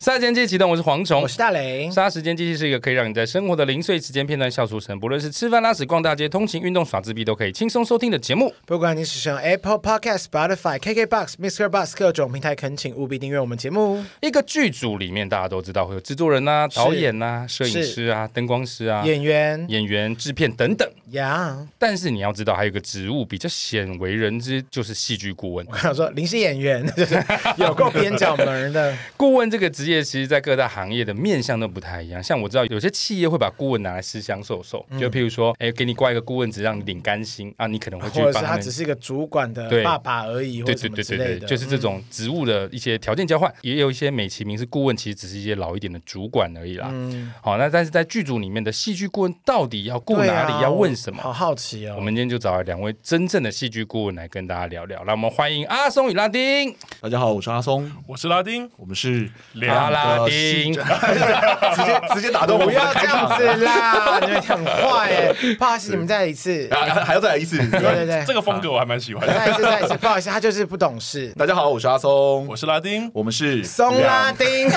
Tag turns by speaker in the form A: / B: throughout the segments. A: 杀时间机器启动，我是蝗虫
B: 我。是大雷，
A: 杀时间机器是一个可以让你在生活的零碎时间片段笑出声，不论是吃饭、拉屎、逛大街、通勤、运动、耍自闭，都可以轻松收听的节目。
B: 不管你使用 Apple Podcast、Spotify、KKBox、Mr. Bus 各种平台，恳请务必订阅我们节目，
A: 一个剧组里面，大家都知道会有制作人啊、导演啊、摄影师啊、灯光师啊、
B: 演员
A: 演员、制片等等。
B: 呀。
A: 但是你要知道，还有一个职务比较鲜为人知，就是戏剧顾问。
B: 我想说，临时演员 有够边角门 的，
A: 顾问这个职业，其实在各大行业的面向都不太一样。像我知道，有些企业会把顾问拿来私相授受，
B: 嗯
A: 就譬如说，哎、给你挂一个顾问职，让你领干薪啊，你可能会去
B: 或者
A: 帮
B: 是他
A: 们
B: 只是一个主管的
A: 对
B: 爸爸而已，或
A: 对
B: 者
A: 对
B: 什么
A: 对
B: 之
A: 对
B: 类
A: 对，
B: 的，
A: 就是这
C: 嗯
A: 种职务的一些条件交换，也有一些美其名是顾问，其实只是一些老一点的主管而已啦。
C: 嗯
A: 好，那但是在剧组里面的戏剧顾问到底要顾
B: 对
A: 哪
B: 啊
A: 里，要问什么？
B: 好好奇哦。
A: 我们今天就找来两位真正的戏剧顾问来跟大家聊聊，让我们欢迎阿松与拉丁。
C: 大家好，我是阿松，
D: 我是拉丁，
C: 我们是
A: 阿
D: 两
A: 拉
C: 个
A: 丁，
C: 直接直接打动我
B: 不
C: 们
B: 要
C: 的
B: 这
C: 开
B: 样
C: 场，
B: 子啦，你们很坏哎！不好意思，你们再 一次，
C: 啊还还要再来一次。
B: 对对对，
D: 这个风格我还蛮喜欢的。
B: 再一次再一次，不好意思，他就是不 懂事。
C: 大家好，我是阿松，
D: 我是拉丁，
C: 我们是
B: 松拉
C: 两
B: 丁，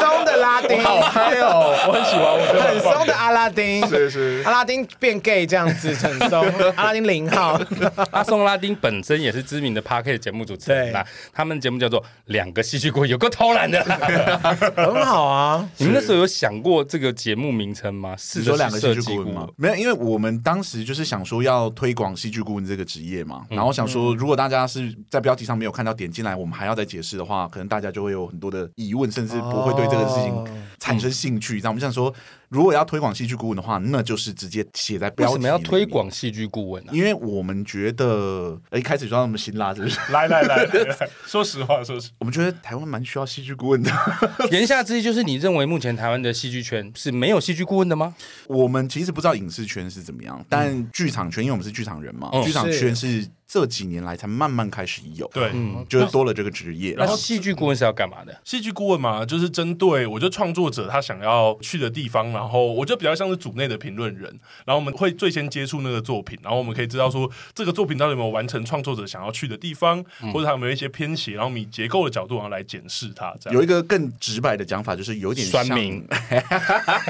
B: 松的拉丁，
C: 好嗨哦，
D: 我很喜欢，我觉 得
B: 很
D: 很棒
B: 松的阿拉丁，
C: 是是
B: 阿拉丁变 gay 这样子，很 松。阿拉丁零号，
A: 阿松拉丁本身也是知名的 p a r k e t 节目主持人啦。他们节目叫做《两个戏剧顾问》，有个偷懒 的啦。
B: 很好啊。
A: 你们那时候有想过这个节目名称吗？是
C: 你
A: 的
C: 说
A: 是
C: 两个
A: 设
C: 戏剧
A: 计
C: 顾
A: 顾
C: 问吗？？没有，因为我们当时就是想说要推广戏剧顾问这个职业嘛，
A: 嗯
C: 然后想说如果大家是在标题上没有看到点进来，我们还要再解释的话，可能大家就会有很多的疑问，甚至不会对这个
B: 哦
C: 事情产生兴趣。那我们想说，如果要推广戏剧顾问的话，那就是直接写在
A: 为
C: 标题
A: 什
C: 里
A: 么
C: 面。
A: 要推广戏剧顾问呢、啊
C: 因为我们觉得，呃一开始说那么辛辣，是不是？
D: 来来来，来来说实话，说实
C: 我们觉得台湾蛮需要戏剧顾问的。
A: 言下之意就是，你认为目前台湾的戏剧圈是没有戏剧顾问的吗？
C: 我们其实不知道影视圈是怎么样，但剧场圈，因为我们是剧场人嘛，
A: 嗯
C: 剧场圈是这几年来才慢慢开始有，
D: 对。
C: 就是多了这个职业。
A: 那
C: 然后
A: 戏剧顾问是要干嘛的？
D: 戏剧顾问嘛，就是针对我觉得创作者他想要去的地方，然后我觉得比较像是组内的评论人，然后我们会最先接触那个作品，然后我们可以知道说这个作品到底有没有完成创作者想要去的地方，
A: 嗯
D: 或者他有没有一些偏斜，然后我们以结构的角度然后来检视它，这样
C: 有一个更直白的讲法，就是有点像
A: 酸民，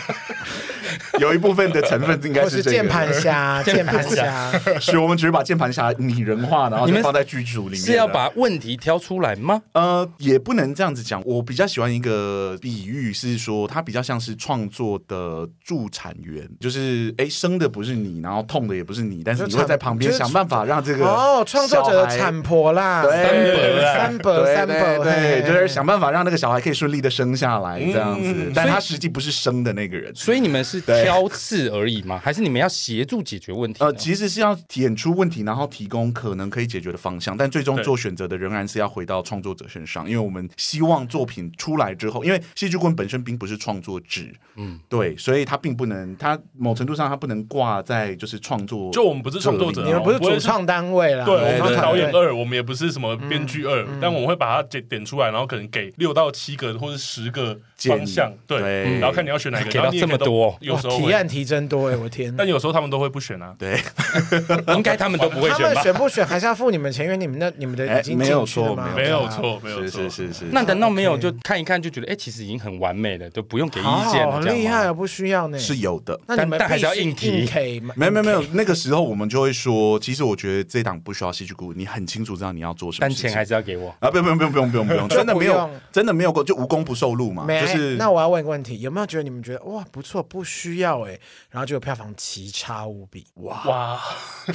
C: 有一部分的成分应该
B: 我是
C: 这
B: 键
C: 个，
B: 盘侠， 键盘
A: 键
B: 侠，
C: 是我们只是把键盘侠拟人化，然后
A: 你们
C: 就放在剧组里面了，
A: 是要把问题挑出来吗？
C: 呃，也不能这样子讲。我比较喜欢一个比喻，是说它比较像是创作的助产员，就是哎、诶生的不是你，然后痛的也不是你，但是你
B: 就产
C: 会在旁边
B: 就是
C: 想办法让这个
B: 哦，创作者
C: 小
B: 的
C: 孩
B: 产婆啦，
C: 对
B: 三伯
C: 对
B: 三
C: 对
B: 伯，哎
C: 对，
B: 嘿嗯
C: 就是想办法让那个小孩可以顺利的生下来这样子，
A: 所
C: 但
A: 以
C: 他实际不是生的那个人。
A: 所以你们是挑刺而已吗？还是你们要协助解决问题呢？
C: 呃，其实是要点出问题，然后提供可能可以解决的方向，但最终
D: 对
C: 做选择的仍然是要回到创作者身上，因为我们希望作品出来之后，因为戏剧顾问本身并不是创作制，嗯，对，所以他并不能，他某程度上他不能挂在就是创作，
D: 就我们不是创作
C: 这
D: 者
C: 里
B: 你
C: 面
B: 们不是
D: 我也
B: 主
D: 是
B: 创单位啦，
D: 对，我们
C: 对
D: 是
C: 对
D: 导演
B: 对
D: 二，我们也不是什么编剧二，但我们会把它点点出来，然后可能给六到七个或者十个方向，
C: 建议
D: 对，
C: 对
D: 然后看你要选哪一个，
A: 嗯给到
D: 然后你也可以
A: 这么多
D: 有时候
B: 哇
D: 会
B: 提案提真多哎，我
C: 嗯
B: 天！
D: 但有时候他们都会不选啊。
C: 对，
A: 应该他们都不会
B: 他
A: 选
B: 们
A: 吧？
B: 选不选还是要付你们钱，因为你们那你们的
C: 哎
B: 已经
C: 没有
B: 进去了
C: 错
B: 嘛
D: 没有。错，哦没有
C: 是
D: 错，
C: 是是是，
A: 那难道没有就看一看就觉得，哎、其实已经很完美了，就不用给意
B: 好好
A: 见了，这
B: 很
A: 样
B: 厉
A: 吗
B: 害，啊，不需要呢。
C: 是有的。
B: 那你们
A: 但但还是要
B: 必须
A: 硬提
B: 硬 K 吗？
C: 没有没有没有，那个时候我们就会说，其实我觉得这档不需要戏剧顾问，你很清楚知道你要做什么
A: 但
C: 事情，
A: 钱还是要给我。
C: 啊，不用不用不用不用不用不用，真的没
B: 就
C: 有
B: 不用
C: 真的没有过，就无功不受禄嘛，
B: 没，
C: 就是
B: 那我要问一个问题，有没有觉得你们觉得哇不错，不需要哎、然后就有票房奇差无比，
D: 哇！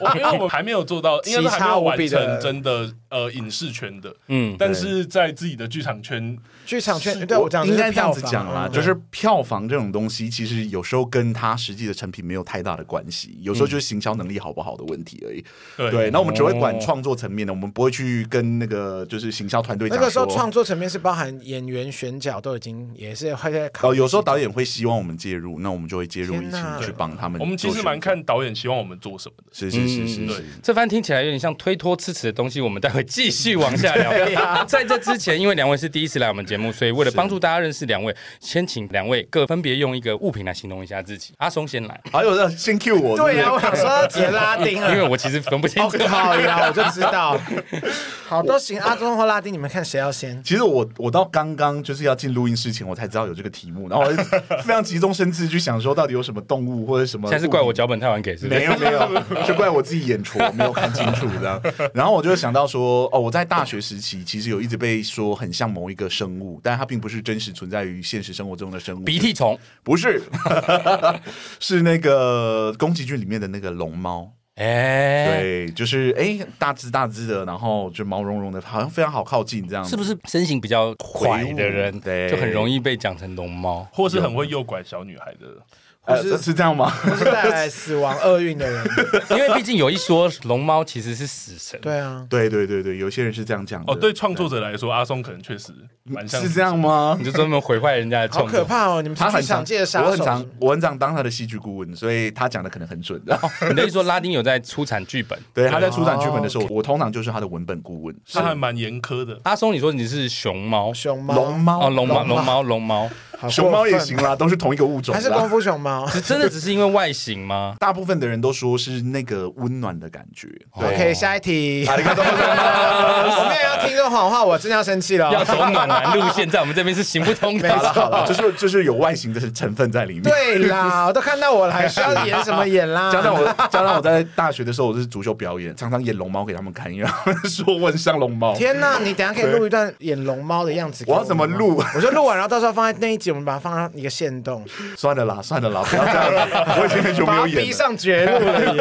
D: 我因为我们还没有做到，应该是还没有完成真的呃影视圈的，
A: 嗯，
D: 但是在自己的剧场圈，
B: 剧场圈对我讲的
C: 应
B: 是
C: 该这样
B: 票
C: 子
B: 房
C: 讲啦，
B: 嗯
C: 就是票房这种东西，其实有时候跟它实际的成品没有太大的关系，有时候
B: 嗯
C: 就是行销能力好不好的问题而已。
D: 对
C: 对，那我们只会
A: 哦
C: 管创作层面的，我们不会去跟那个就是行销团队
B: 那
C: 讲
B: 个时候
C: 说。
B: 创作层面是包含演员选角都已经也是会在考
C: 哦，
B: 虑
C: 有时候
B: 这种
C: 导演会希希望我们介入，那我们就会介入
B: 天
C: 一起
B: 哪
C: 去帮他们
D: 我
C: 做选择。
D: 们其实蛮看导演希望我们做什么的。
C: 是是是是
A: 嗯
C: 是，
A: 这番听起来有点像推脱吃吃的东西，我们待会继续往下
B: 对啊
A: 聊。
B: 呀
A: 在这之前，因为两位是第一次来我们节目，所以为了帮助大家认识两位，先请两位各分别用一个物品来形容一下自己。阿松先来，
C: 还有让先 Q 我，
B: 对啊
C: 呀、
B: 呀，我 想说直接拉丁
A: 因为
B: 了。
A: 我其实分不清
B: 哦
A: 楚。，
B: 好呀，我就知 道。好，都行。阿忠或拉丁，你们看谁要 先？
C: 其实我我到刚刚就是要进录音室前，我才知道有这个题目，然后我就非常急中生智去想说到底有什么动物或者什 么。
A: 现在是怪我脚本太晚给，是不
C: 没
A: 是？
C: 有没有， 是怪我自己眼拙，没有看清楚这样。 然后我就想到说，哦，我在大学时期其实有一直被说很像某一个生物，但它并不是真实存在于现实生活中的生物。
A: 鼻涕虫，
C: 不是， 是那个宫崎骏里面的那个龙猫。
A: 哎，
C: 对，就是哎，大只大只的，然后就毛茸茸的，好像非常好靠近这样子。
A: 是不是身形比较快的
C: 魁
A: 人
C: 梧，对
A: 就很容易被讲成龙猫？
D: 或是很会诱拐小女孩的，
C: 呃？
B: 或是
C: 是这样吗？
B: 我是带来死亡厄运的人。
A: 因为毕竟有一说，龙猫其实是死神。
B: 对啊，
C: 对对对对，有些人是这样讲的。
D: 哦，对，创作者来说，阿松可能确实蛮像
C: 是这样吗
A: 你？就专门毁坏人家的
B: 好
A: 创
B: 可
A: 作。
B: 怕哦！你们
C: 他
B: 是
C: 很
B: 剧场
C: 常
B: 界的，杀
C: 我很
B: 手。
C: 常，我很常当他的戏剧顾问，所以他讲的可能很准的。
A: 你的意思说拉丁有在出产剧本？
C: 对，他在出版剧本的时候，我通常就是他的文本顾问。
D: 他还蛮严苛的。
A: 阿松，你说你是熊猫？
B: 熊猫，
C: 龙猫
A: 哦，龙猫，龙猫，龙猫，
B: 好
C: 熊猫也
B: 过分
C: 行，啦，都是同一个物种啦。
B: 还是功夫熊猫
A: 只真的只是因为外形吗？
C: 大部分的人都说是那个温暖的感觉。对，
B: ？OK，下一题。
C: 啊你看都是
B: 我们也要听这种谎话，我真的要生气 了
A: 要
B: 哦。
A: 走暖男路线，在我们这边是行不通
B: 没错
A: 的。
C: 好了，就是就是有外形的成分在里面。
B: 对啦，我都看到我了，还需要演什么演啦？
C: 加上我，加上我在大学的时候，我是足球表演，常常演龙猫给他们看，因为他们说我很像龙猫。
B: 天呐，你等一下可以录一段演龙猫的样子给
C: 我要
B: 们
C: 怎么
B: 吗
C: 录？
B: 我就录完，然后到时候放在那一集，我们把它放到一个线洞，
C: 算了啦，算了啦，不要这样子，我已经很久没
B: 把它
C: 有
B: 逼
C: 演了。
B: 上绝路了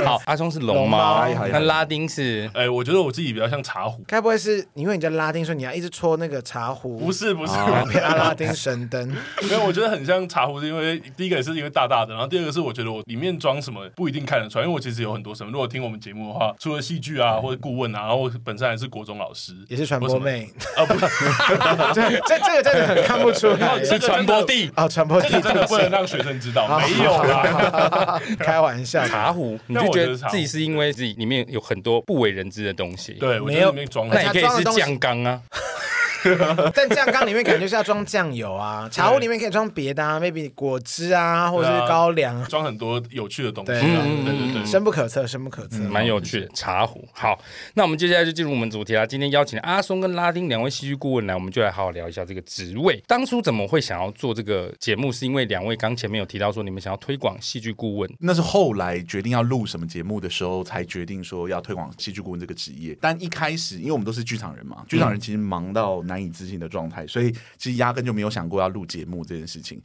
B: 耶。
A: 好，阿松是龙
B: 龙猫
A: 猫，
C: 哎呀哎呀
A: 那拉丁是
D: 哎，我觉得我自己比较像茶壶，
B: 该不会是因为你在拉丁，所以你要一直戳那个茶壶？
D: 不，是不是，
C: 哦
B: 阿拉丁神灯。
D: 没有，我觉得很像茶壶，是因为第一个也是因为大大的，然后第二个是我觉得我里面装什么不一定看得出来，因为我其实有很多什么，如果听我们节目的话，除了戏剧啊或者顾问啊，然后我本身还是国中老师，
B: 也是传播妹，
D: 啊，不是，
B: 这 这这个真的很看不 出来
D: 哦这
A: 是
D: 个
A: 传播地
B: 哦，传播
D: 这
B: 地
D: 个真的不能让学生 知道，没有
A: 啊
D: 啊啦。
B: 啦， 开玩笑，
A: 茶壶，你
D: 但
A: 就
D: 我觉
A: 觉
D: 得
A: 得
D: 是茶壶
A: 自己是因为自己里面有很多不为人知的东西。，
D: 对，我
B: 没
D: 觉得
B: 有
D: 里面装
A: 那
D: 了
A: 你可以是酱缸啊，
B: 但酱缸里面感觉是要装酱油啊，茶壶里面可以装别的啊，maybe 果汁啊，或者是高粱啊，
D: 装很多有趣的东西啊，
B: 对嗯
D: 对对对。
B: 深不可测，深不可测。
A: 蛮有趣的茶壶。好，那我们接下来就进入我们主题啦。今天邀请了阿松跟拉丁两位戏剧顾问来，我们就来好好聊一下这个职位。当初怎么会想要做这个节目？是因为两位刚前面有提到说你们想要推广戏剧顾问，
C: 那是后来决定要录什么节目的时候，才决定说要推广戏剧顾问这个职业。但一开始，因为我们都是剧场人嘛，
A: 嗯
C: 剧场人其实忙到难以置信的状态，所以其实压根就没有想过要录节目这件事情。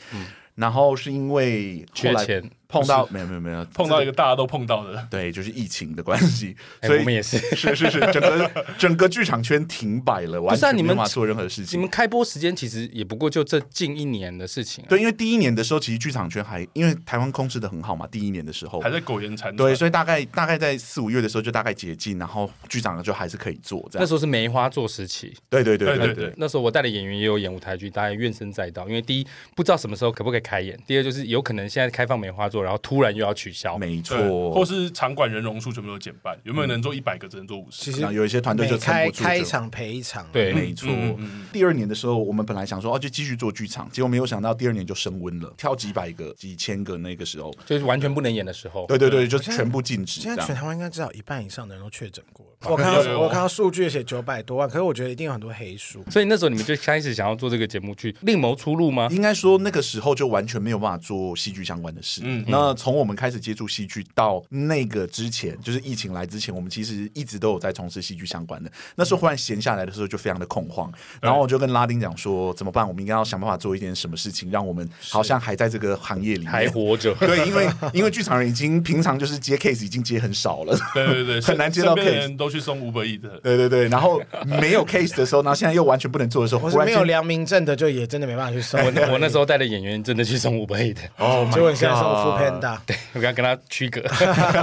C: 然后是因为后
A: 嗯缺
C: 来
A: 钱，
C: 碰到没有没有没有
D: 碰到一个大家都碰到的，
C: 对，就是疫情的关系，
A: 哎
C: 所以
A: 我们也是
C: 是是是， 整个整个剧场圈停摆了，完
A: 是啊
C: 全
A: 你
C: 没
A: 们
C: 办法做任何事
A: 你
C: 情
A: 们。开播时间其实也不过就这近一年的事情、啊。
C: 对，因为第一年的时候，其实剧场圈还因为台湾控制的很好嘛，第一年的时候
D: 还，在苟延残喘。
C: 对，所以大概大概在四五月的时候就大概解禁，然后剧场就还是可以做这
A: 那
C: 样。
A: 时候是梅花座时期，
C: 对对对
D: 对
C: 对
D: 对
C: 对
D: 对。
A: 那时候我带的演员也有演舞台剧，大家怨声载道。因为第一不知道什么时候可不可以开演，第二就是有可能现在开放梅花座，然后突然又要取消。
C: 没
D: 对
C: 错
D: 或，是场馆人容数全部都减半，有没有能做一百个，只能做五十
B: 其？实
C: 然后有一些团队就
B: 每
C: 撑
B: 开
C: 不住
B: 开一
C: 就
B: 场赔一场，，啊
A: 对，
C: 没错
D: 嗯嗯，
C: 第二年的时候，我们本来想说哦，就继续做剧场，结果没有想到第二年就升温了，跳几百个、几千个那个时候，
A: 就是完全不能演的时候。
C: 对对对，就是全部禁止这
B: 现在
C: 样
B: 全。台湾应该至少一半以上的人都确诊过了。我看到
D: 有有有
B: 我看到数据写九百多万，可是我觉得一定有很多黑数。
A: 所以那时候你们就开始想要做这个节目，去另谋出路吗？
C: 应该说那个时候就完全没有办法做戏剧相关的事。
D: 嗯
C: 那从我们开始接触戏剧到那个之前，就是疫情来之前，我们其实一直都有在从事戏剧相关的。那时候忽然闲下来的时候，就非常的恐慌。然后我就跟拉丁讲说，怎么办？我们应该要想办法做一点什么事情，让我们好像还在这个行业里
A: 还
C: 面。。
A: 活着
C: 对，因为因为剧场人已经平常就是接 case 已经接很少了，
D: 对对对，
C: 很难接到
D: 身边的
C: case
D: 人都去送五百亿的，
C: 对对对，然后没有 case 的时候，然后现在又完全不能做的时候，
B: 我
C: 忽
B: 是
C: 然
B: 没
C: 间
B: 有良民证的，就也真的没办法去送。
A: 我那我那时候带的演员真的的去送五倍的，
C: 哦，
B: 结果你现在是我
C: o
B: 付 Panda，
A: 我刚跟他区隔，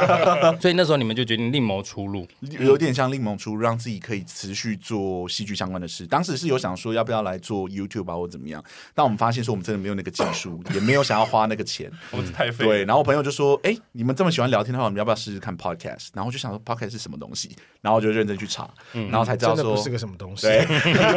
A: 所以那时候你们就决定另谋出路。
C: 有点像另蒙出，让自己可以持续做戏剧相关的事。当时是有想说要不要来做 YouTube 啊，或怎么样，但我们发现说我们真的没有那个技术，也没有想要花那个钱。
D: 我们是太 废了。
C: 对，然后我朋友就说：“哎、你们这么喜欢聊天的话，我们要不要试试看 Podcast？” 然后我就想说 Podcast 是什么东西，然后我就认真去查，
D: 嗯
C: 然后才知道
B: 真的
C: 说
B: 不是个什么东西。
C: 对，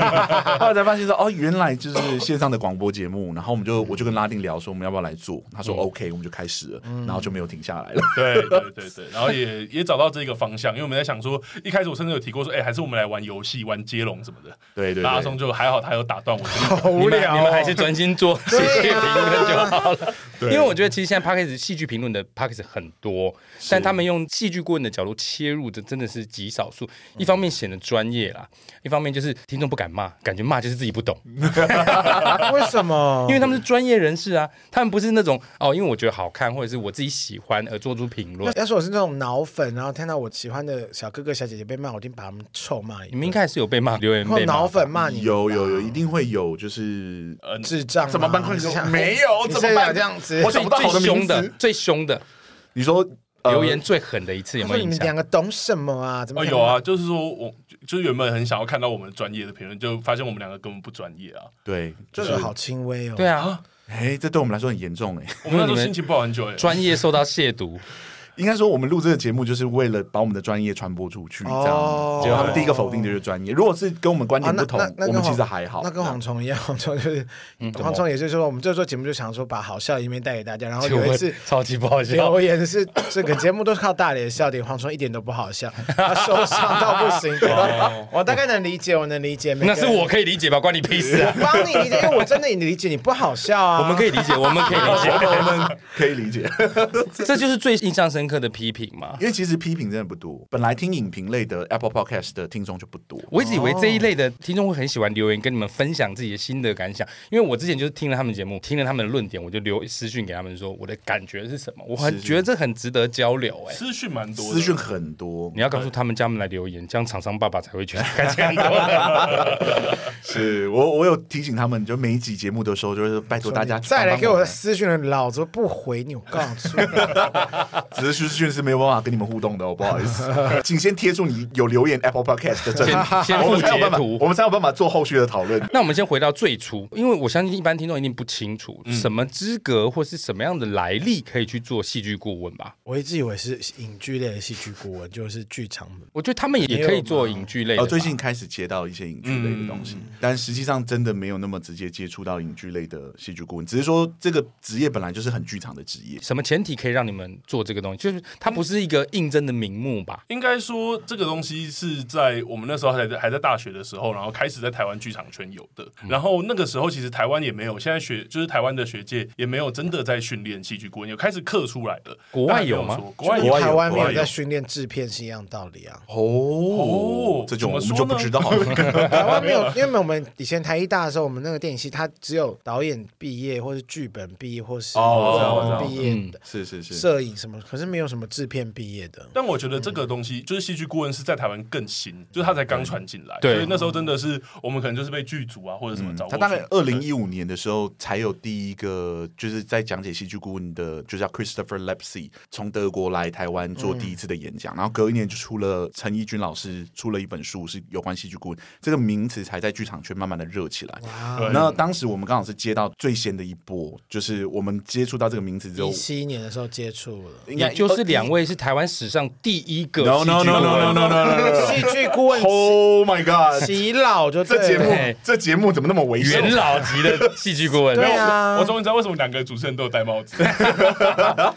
C: 后来才发现说，哦，原来就是线上的广播节目。然后我们就我就跟拉丁聊说，我们要不要来做？他
D: 嗯
C: 说 OK，我们就开始了，然后就没有停下来了。
D: 对对对对，然后也 也找到这个方向，因为我们在想说，一开始我甚至有提过说，哎、还是我们来玩游戏，玩接龙什么的。
C: 对对
D: 那阿
C: 对
D: 松就还好，他有打断我。
B: 好无
A: 你
B: 聊、啊
A: 们你
B: 哦
A: 们还是专心 做戏剧评论就好了。因
C: 对
A: 为我觉得其实现在 p a c k a g e 戏剧评论的 p a c k a g e 很多，但他们用戏剧顾问的角度切入，这真的是极少数。
B: 嗯
A: 一方面显得专业啦，一方面就是听众不敢骂，感觉骂就是自己不懂，
B: 嗯啊为什么？
A: 因为他们是专业人士啊，他们不是那种哦，因为我觉得好看或者是我自己喜欢而做出评论
B: 那。要是我是那种脑粉，然后听到我喜欢的小哥哥小姐姐被骂，我一定把他们臭骂一
A: 你们
B: 顿。
A: 应该还是有被骂，留言
B: 或
A: 被骂
B: 脑
A: 吧。
B: 粉骂你呃
C: 有有有，一定会有，就是
D: 嗯，
B: 智障吗，啊
C: 怎么办？快
B: 你是
C: 点说
B: 想
C: 没有，
B: 你
C: 怎
B: 是
C: 么办？
B: 想这样子
C: 我？
A: 最
C: 想不到好的
A: 最
C: 名
A: 凶
C: 字
A: 的、。最凶的
C: 你说呃
A: 留言最狠的一次有
B: 他
A: 没有
B: 说你
A: 印
B: 们
A: 象
B: 两？个懂什么啊？怎么
D: 哦，
B: 可
D: 有
B: 能
D: 啊，就是说我就就是原本很想要看到我们专业的评论，就发现我们两个根本不专业啊。
C: 对，
B: 这
C: 就是
B: 个好轻微哦。
A: 对啊，
C: 哎，这对我们来说很严重哎。
D: 我们那时候心情不好很久哎、
A: 专业受到亵渎。
C: 应该说，我们录这个节目就是为了把我们的专业传播出去，这样。
B: 哦
C: 结果他们第一个否定的就是专业。如果是跟我们观
B: 啊，
C: 点
B: 那
C: 不同
B: 那，那
C: 我
B: 跟
C: 们其实
B: 黄
C: 还好。嗯
B: 那跟蝗虫一样，蝗虫就是蝗虫，也就是说，我们这做节目就想说把好笑的一面带给大家。然后
A: 结果
B: 哦有 一 次
A: 超级不好笑
B: 留。言是 这个节目都是靠大脸的笑点，蝗虫一点都不好 笑，他受伤到不行。
C: 哦
B: 我大概能理解，我能理解，每个
A: 那
B: 人
A: 是我可以理解吧，关你屁事啊！
B: 帮你理解，因为我真的理解你不好笑啊。
A: 我们可以理解，我们可以理
C: 我们可以理解，
A: 解，这就是最印象深刻的批评嘛。
C: 因为其实批评真的不多。本来听影评类的 Apple Podcast 的听众就不多。
A: 我一直以为这一类的听众会很喜欢留言，跟你们分享自己的心得感想。因为我之前就是听了他们节目，听了他们的论点，我就留私讯给他们说我的感觉是什么。我很
C: 是是
A: 觉得这很值得交流哎、
D: 私讯蛮多的，
C: 私讯很多
A: 你，要告诉他们，叫他们来留言，这样厂商爸爸才会觉得感觉很多。
C: 是我我有提醒他们，就每一集节目的时候，就是拜托大家
B: 再来给我
C: 帮
B: 的
C: 忙
B: 私讯了，老子不回你，我告诉你。
C: 只是私讯是没有办法跟你们互动的哦，不好 意思，请先贴出你有留言 Apple Podcast 的证明，
A: 先先
C: 我
A: 附
C: 们才有
A: 截
C: 办法，
A: 图
C: 我。们才有办法做后续的讨论。
A: 那我们先回到最初，因为我相信一般听众一定不清楚什么资格或是什么样的来历可以去做戏剧顾问吧。
B: 我一直以为是影剧类的戏剧顾问，就是剧场门。
A: 我觉得他们也可以做影剧类的吧。嗯
C: 呃，最近开始接到一些影剧类的东西，但实际上真的没有那么直接接触到影剧类的戏剧顾问，只是说这个职业本来就是很剧场的职业。
A: 什么前提可以让你们做这个东西？就是它不是一个应征的名目吧？
D: 应该说，这个东西是在我们那时候还在还在大学的时候，然后开始在台湾剧场圈有的。
C: 嗯
D: 然后那个时候其实台湾也没有，现在学就是台湾的学界也没有真的在训练戏剧顾问，有开始刻出来了。
A: 国外有吗
D: 但还没说国外
C: 国外
D: 有
C: 有
B: 台湾没
C: 国外
B: 有
C: 有
B: 在训练制片是一样道理 啊。
C: 哦这种我
D: 怎
C: 们就
D: 么说呢
C: 不知道 了。
B: 台湾没有，
C: 啊
B: 因为我们以前台艺大的时候，我们那个电影系，它只有导演毕业，或是剧本毕业，或是
C: 哦我知道
B: 我
C: 我知道
B: 们毕业的
C: 是是是，
B: 摄影什么，可是没有什么制片毕业的。
D: 但我觉得这个东西就是戏剧顾问是在台湾更新，就是他才刚传进来，
A: 对
D: 所以那时候真的是我们可能就是被剧组啊或者什么找过去。
C: 嗯他大概二零一五年的时候才有第一个，就是在讲解戏剧顾问的，就叫 Christopher Lepsy，从德国来台湾做第一次的演讲，然后隔一年就出了陈义军老师出了一本书，是有关戏剧顾问这个名词才在剧场圈慢慢的热起来。
B: 啊
D: 对
C: 那当时我们刚好是接到最先的一波，就是我们接触到这个名词之后
B: 一，七年的时候接触了。
C: 应该
A: 也就是两
C: 位。
A: 位是台湾史上第一个
C: No
A: 戏剧
C: no
A: 顾
C: no
A: 问
C: no no no no
B: 戏剧顾问
C: no！Oh my god！
B: 洗脑就对
C: 啊这
B: 了
C: 节
A: 对
C: 目这节目怎么那么危险
A: 元？老级的戏剧顾问。
B: 对
D: 我
B: 啊
D: 我，终于知道为什么两个主持人都有戴帽子，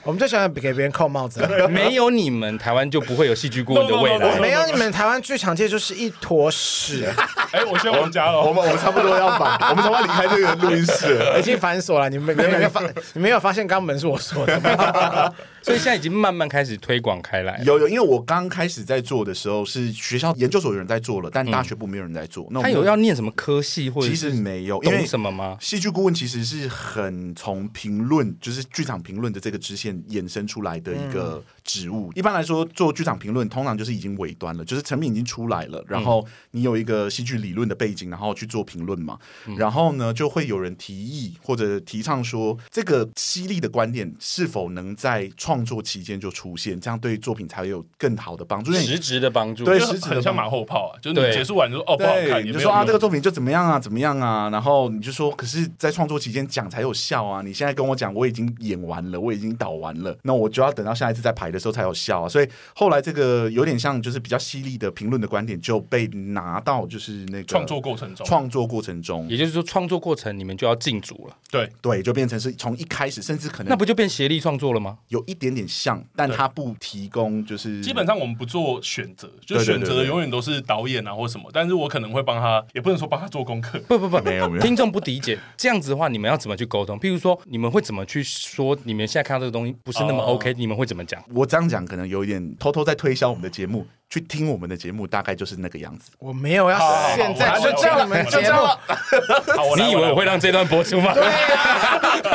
B: 我们最喜欢给别人扣帽子了。啊
A: 没有你们，台湾就不会有戏剧顾问的未
D: No, no, no, no,
A: 来。
B: 没有你们台湾剧场界就是一坨 屎，
D: 哎，我先回家了。
C: 我们我们差不多要 把，我们差不多离开这个录音室了。
B: 已经烦死我了。你们你们有没有发？你们有发现刚刚门是我锁的吗？
A: 所以现在已经慢慢开始推广开来了。
C: 有有，因为我刚开始在做的时候，是学校研究所有人在做了，但大学部没有人在做。那我
A: 他
C: 们
A: 有要念什么科系或者
C: 其
A: 是
C: 实没有，因为
A: 懂什么吗？
C: 戏剧顾问其实是很从评论，就是剧场评论的这个支线衍生出来的一个职务。一般来说，做剧场评论通常就是已经尾端了，就是成品已经出来了，然后你有一个戏剧理论的背景，然后去做评论嘛。然后呢，就会有人提议或者提倡说，这个犀利的观点是否能在创作期间就出现，这样对作品才会有更好的帮助。因为你
A: 实质的帮助，
C: 对
D: 就
C: 实质的
D: 很像
C: 帮
D: 马后炮啊，就是
A: 对
D: 你结束完就说哦不好看，
C: 对，
D: 也
C: 你
D: 没
C: 就
D: 有
C: 说啊，
D: 用
C: 这个作品就怎么样啊，怎么样啊，然后你就说，可是，在创作期间讲才有效啊。你现在跟我讲，我已经演完了，我已经导完了，那我就要等到下一次再排的时候才有效啊。所以后来这个有点像，就是比较犀利的评论的观点就被拿到就是那个
D: 创作过程中，
C: 创作过程中，
A: 也就是说创作过程你们就要进组了，
D: 对
C: 对，就变成是从一开始，甚至可
A: 那
C: 能
A: 不就变协力创作了吗？
C: 有一点点像，但
D: 对
C: 它不提供就是
D: 基本上我们不做选择，就
C: 对对
D: 选择
C: 对
D: 的
C: 对
D: 永远都是导演啊或什么，但是我可能会帮他，也不能说帮他做功课，
A: 不不不，
C: 没有没有
A: 听众不理解这样子的话，你们要怎么去沟通？譬如说，你们会怎么去说？你们现在看到这个东西不是那么
D: 哦
A: OK，、你们会怎么讲？
C: 我这样讲可能有一点偷偷在推销我们的节目，去听我们的节目大概就是那个样子。
B: 我没有要
D: 好好好
B: 现在
D: 我来
B: 就这样，
D: 我来
B: 你们
D: 我来
B: 节目，
D: 好，我来
A: 你以为我会？
D: 来
A: 让这段播出 吗？
B: 对呀，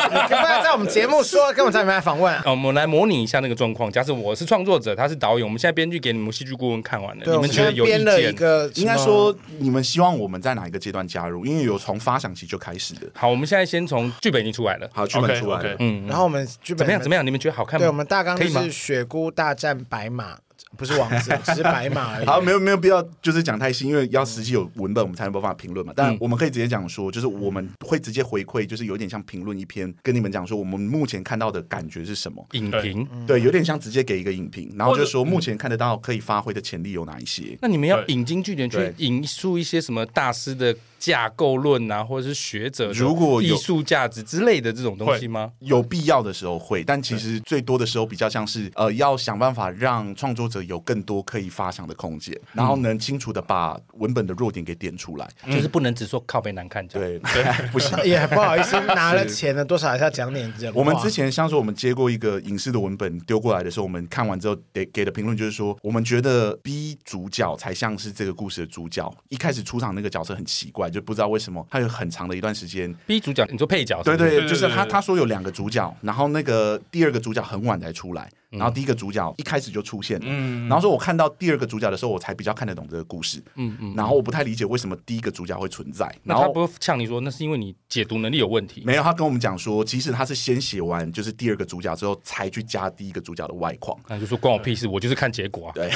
B: 你可不 要在我们节目说，根本在里面访问啊。
A: 啊我们来模拟一下那个状况。假设我是创作者，他是导演，我们现在编剧给你们戏剧顾问看完了，
B: 对，
A: 你
B: 我
A: 们觉得
B: 现在
A: 有意
B: 编了一
A: 见？嗯
B: 个，
C: 应该，说，你们希望我们在哪一个阶段加入？因为有从发想期就开始的。
A: 好，我们现在先从剧本已经出来了，
C: 好，剧
D: OK，
C: 本出来了
D: OK
A: 嗯，
B: 然后我们剧本
A: 怎么样？怎
B: 么
A: 么样？你们觉得好看吗？
B: 对，我们大纲
A: 可
B: 就
A: 以吗
B: 是雪姑大战白马，不是王 子，只是白马而已。
C: 好，没有没有必要，就是讲太细，因为要实际有文本，我们才能办法评论嘛。但
A: 嗯
C: 我们可以直接讲说，就是我们会直接回馈，就是有点像评论一篇，跟你们讲说我们目前看到的感觉是什么。
A: 影评。
C: 对，有点像直接给一个影评，然后
D: 嗯或者嗯
C: 就说目前看得到可以发挥的潜力有哪一些。
A: 那你们要
D: 对
A: 引经据典，去
C: 对
A: 引述一些什么大师的架构论啊，或者是学者的
C: 如果有
A: 艺术价值之类的这种东西吗？
C: 有必要的时候会，但其实最多的时候比较像是呃，要想办法让创作者有更多可以发想的空间，然后能清楚的把文本的弱点给点出来。
A: 就是不能只说靠背难看这样。
C: 对， 不 行。
B: 也不好意思，拿了钱了，多少还是要讲点人话。
C: 我们之前像说我们接过一个影视的文本丢过来的时候，我们看完之后给给的评论就是说，我们觉得 B 主角才像是这个故事的主角。一开始出场那个角色很奇怪，就不知道为什么他有很长的一段时间。
A: B 主角，你说配角是
C: 哦对
A: 不是，
C: 对，
D: 对
C: 就是他
D: 对对
C: 他说有两个主角，然后那个第二个主角很晚才出来，
A: 嗯
C: 然后第一个主角一开始就出现了。
D: 嗯，
C: 然后说我看到第二个主角的时候，我才比较看得懂这个故事。
A: 嗯嗯。
C: 然后我不太理解为什么第一个主角会存在。
A: 那
C: 然后
A: 他不会呛你说，那是因为你解读能力有问题。
C: 没有，他跟我们讲说，其实他是先写完就是第二个主角之后，才去加第一个主角的外框。
A: 那你就说关我屁事，我就是看结果啊。
C: 对，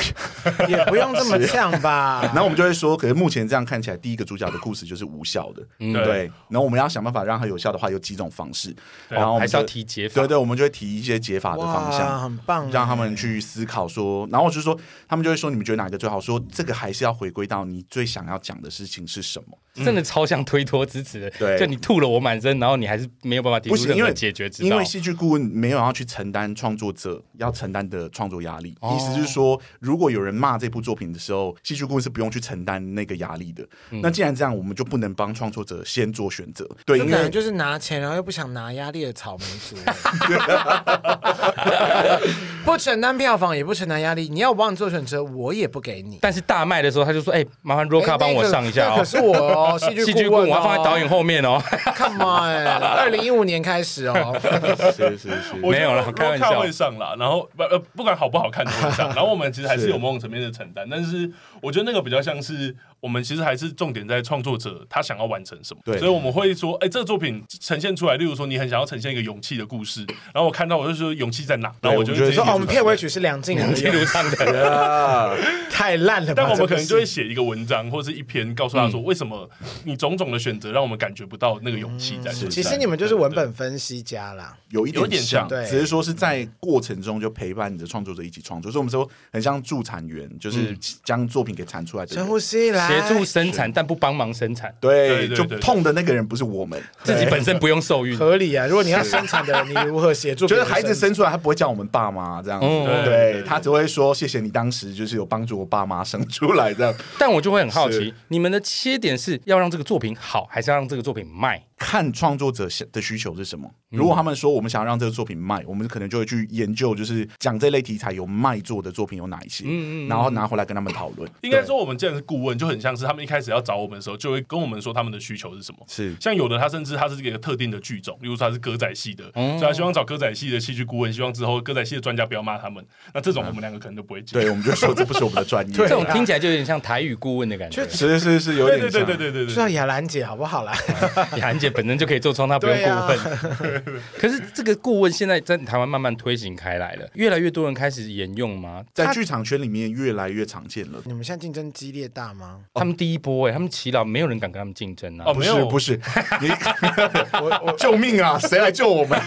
B: 也不用这么呛 吧
C: 然。后我们就会说，可是目前这样看起来，第一个主角的故事就是无效的，
A: 嗯
D: 对
C: 对。然后我们要想办法让它有效的话，有几种方式，
D: 对
C: 然后我
A: 还
C: 们
A: 是要
C: 就
A: 提解法
C: 对。对，我们就会提一些解法的方
B: 哇，
C: 向，
B: 很棒，啊
C: 让他们。去思考说，然后我就说，他们就会说，你们觉得哪个最好？说这个还是要回归到你最想要讲的事情是什么。
A: 真的超像推脱支持的，
C: 嗯对
A: 就你吐了我满身，然后你还是没有办法提
C: 不
A: 出
C: 行
A: 任
C: 因
A: 何
C: 为
A: 解决之
C: 因
A: 道
C: 为。戏剧顾问没有要去承担创作者要承担的创作压
A: 哦
C: 力，意思就是说，如果有人骂这部作品的时候，戏剧顾问是不用去承担那个压力的。
A: 嗯
C: 那既然这样，我们就不能帮创作者先做选择，对，
B: 就
C: 因
B: 感觉
C: 为
B: 就是拿钱，然后又不想拿压力的草莓 族， 不承担票房，也不承担压力。你要我帮你做选择，我也不给你。
A: 但是大卖的时候，他就说：“哎，麻烦 Roca
B: 哎
A: 帮我
B: 那个
A: 上一下
B: 那可
A: 哦。
B: 是 我哦，戏”
A: 戏
B: 剧
A: 剧
B: 顾
A: 顾问，
B: 问
A: 我要放在导演后面 哦。
B: Come on，二零一五年开始哦，
C: 是是是，
D: 我觉得
A: 没有啦
D: Roca
A: 开玩笑
D: 会上啦，然后不呃不管好不好看都会 上，然后我们其实还是有某种层面的承担，但是我觉得那个比较像是我们其实还是重点在创作者他想要完成什么，
C: 对
D: 所以我们会说，哎、这个作品呈现出来，例如说你很想要呈现一个勇气的故事，然后我看到我就说勇气在哪，然后我就
C: 对我
D: 会
C: 们觉
D: 直接
C: 得
B: 说
C: 说
B: 哦，我
D: 写
B: 们
D: 出来
B: 片尾曲是梁静茹的，
A: 路上的，
B: 太烂了吧。
D: 但我们可能
B: 这
D: 就会
B: 部戏
D: 写一个文章或是一篇，告诉他说为什么你种种的选择让我们感觉不到那个勇气在身上。
B: 其实你们就是文本分析家啦。
C: 有一
D: 有点
C: 像，
D: 像
B: 对
C: 只是说是在过程中就陪伴你的创作者一起创作，所以我们说很像助产员，
D: 嗯
C: 就是将作品给产出来的
B: 深
C: 人。
B: 呼吸来，
A: 协助生产但不帮忙生产，
C: 对，
D: 对对
C: 就
D: 对
C: 痛的那个人不是我们，
A: 自己本身不用 受孕。
B: 合理啊。如果你要生产的人，你如何协助？
C: 就是 孩子生出来，他不会叫我们爸妈这样子，
A: 嗯
D: 对对
C: 对
D: 对
C: 他只会说谢谢你当时就是有帮助我爸妈生出 来这样。
A: 但我就会很好奇
C: 是，
A: 你们的切点是要让这个作品好，还是要让这个作品卖？
C: 看创作者想的需求是什么。
D: 嗯
C: 如果他们说我们想要让这个作品卖，我们可能就会去研究，就是讲这类题材有卖座的作品有哪一些，然后拿回来跟他们讨论。
D: 嗯应该说，我们既然是顾问，就很像是他们一开始要找我们的时候，就会跟我们说他们的需求是什么。
C: 是
D: 像有的他甚至他是一个特定的剧种，例如说他是歌仔戏的，所以他希望找歌仔戏的戏剧顾问，希望之后歌仔戏的专家不要骂他们。那这种我们两个可能就不会接。
C: 对，我们就说这不是我们的专业。
A: 这种听起来就有点像台语顾问的感觉。
C: 是是是，有
D: 对
C: 点
D: 对
C: 像。
D: 对对对对对
B: 需要雅兰姐好不好啦？
A: 韩姐本身就可以做创，她不用顾问。 可是这个顾问现在在台湾慢慢推行开来了，越来越多人开始沿用吗？
C: 在
A: 他
C: 剧场圈里面越来越常见了。
B: 你们现在竞争激烈大吗？
A: 他们第一波哎、他们祈祷没有人敢跟他们竞争啊。
D: 哦
C: 不
D: 没
C: 是
D: 有
C: 不是，你
B: 我我
C: 救命啊！谁来救我们？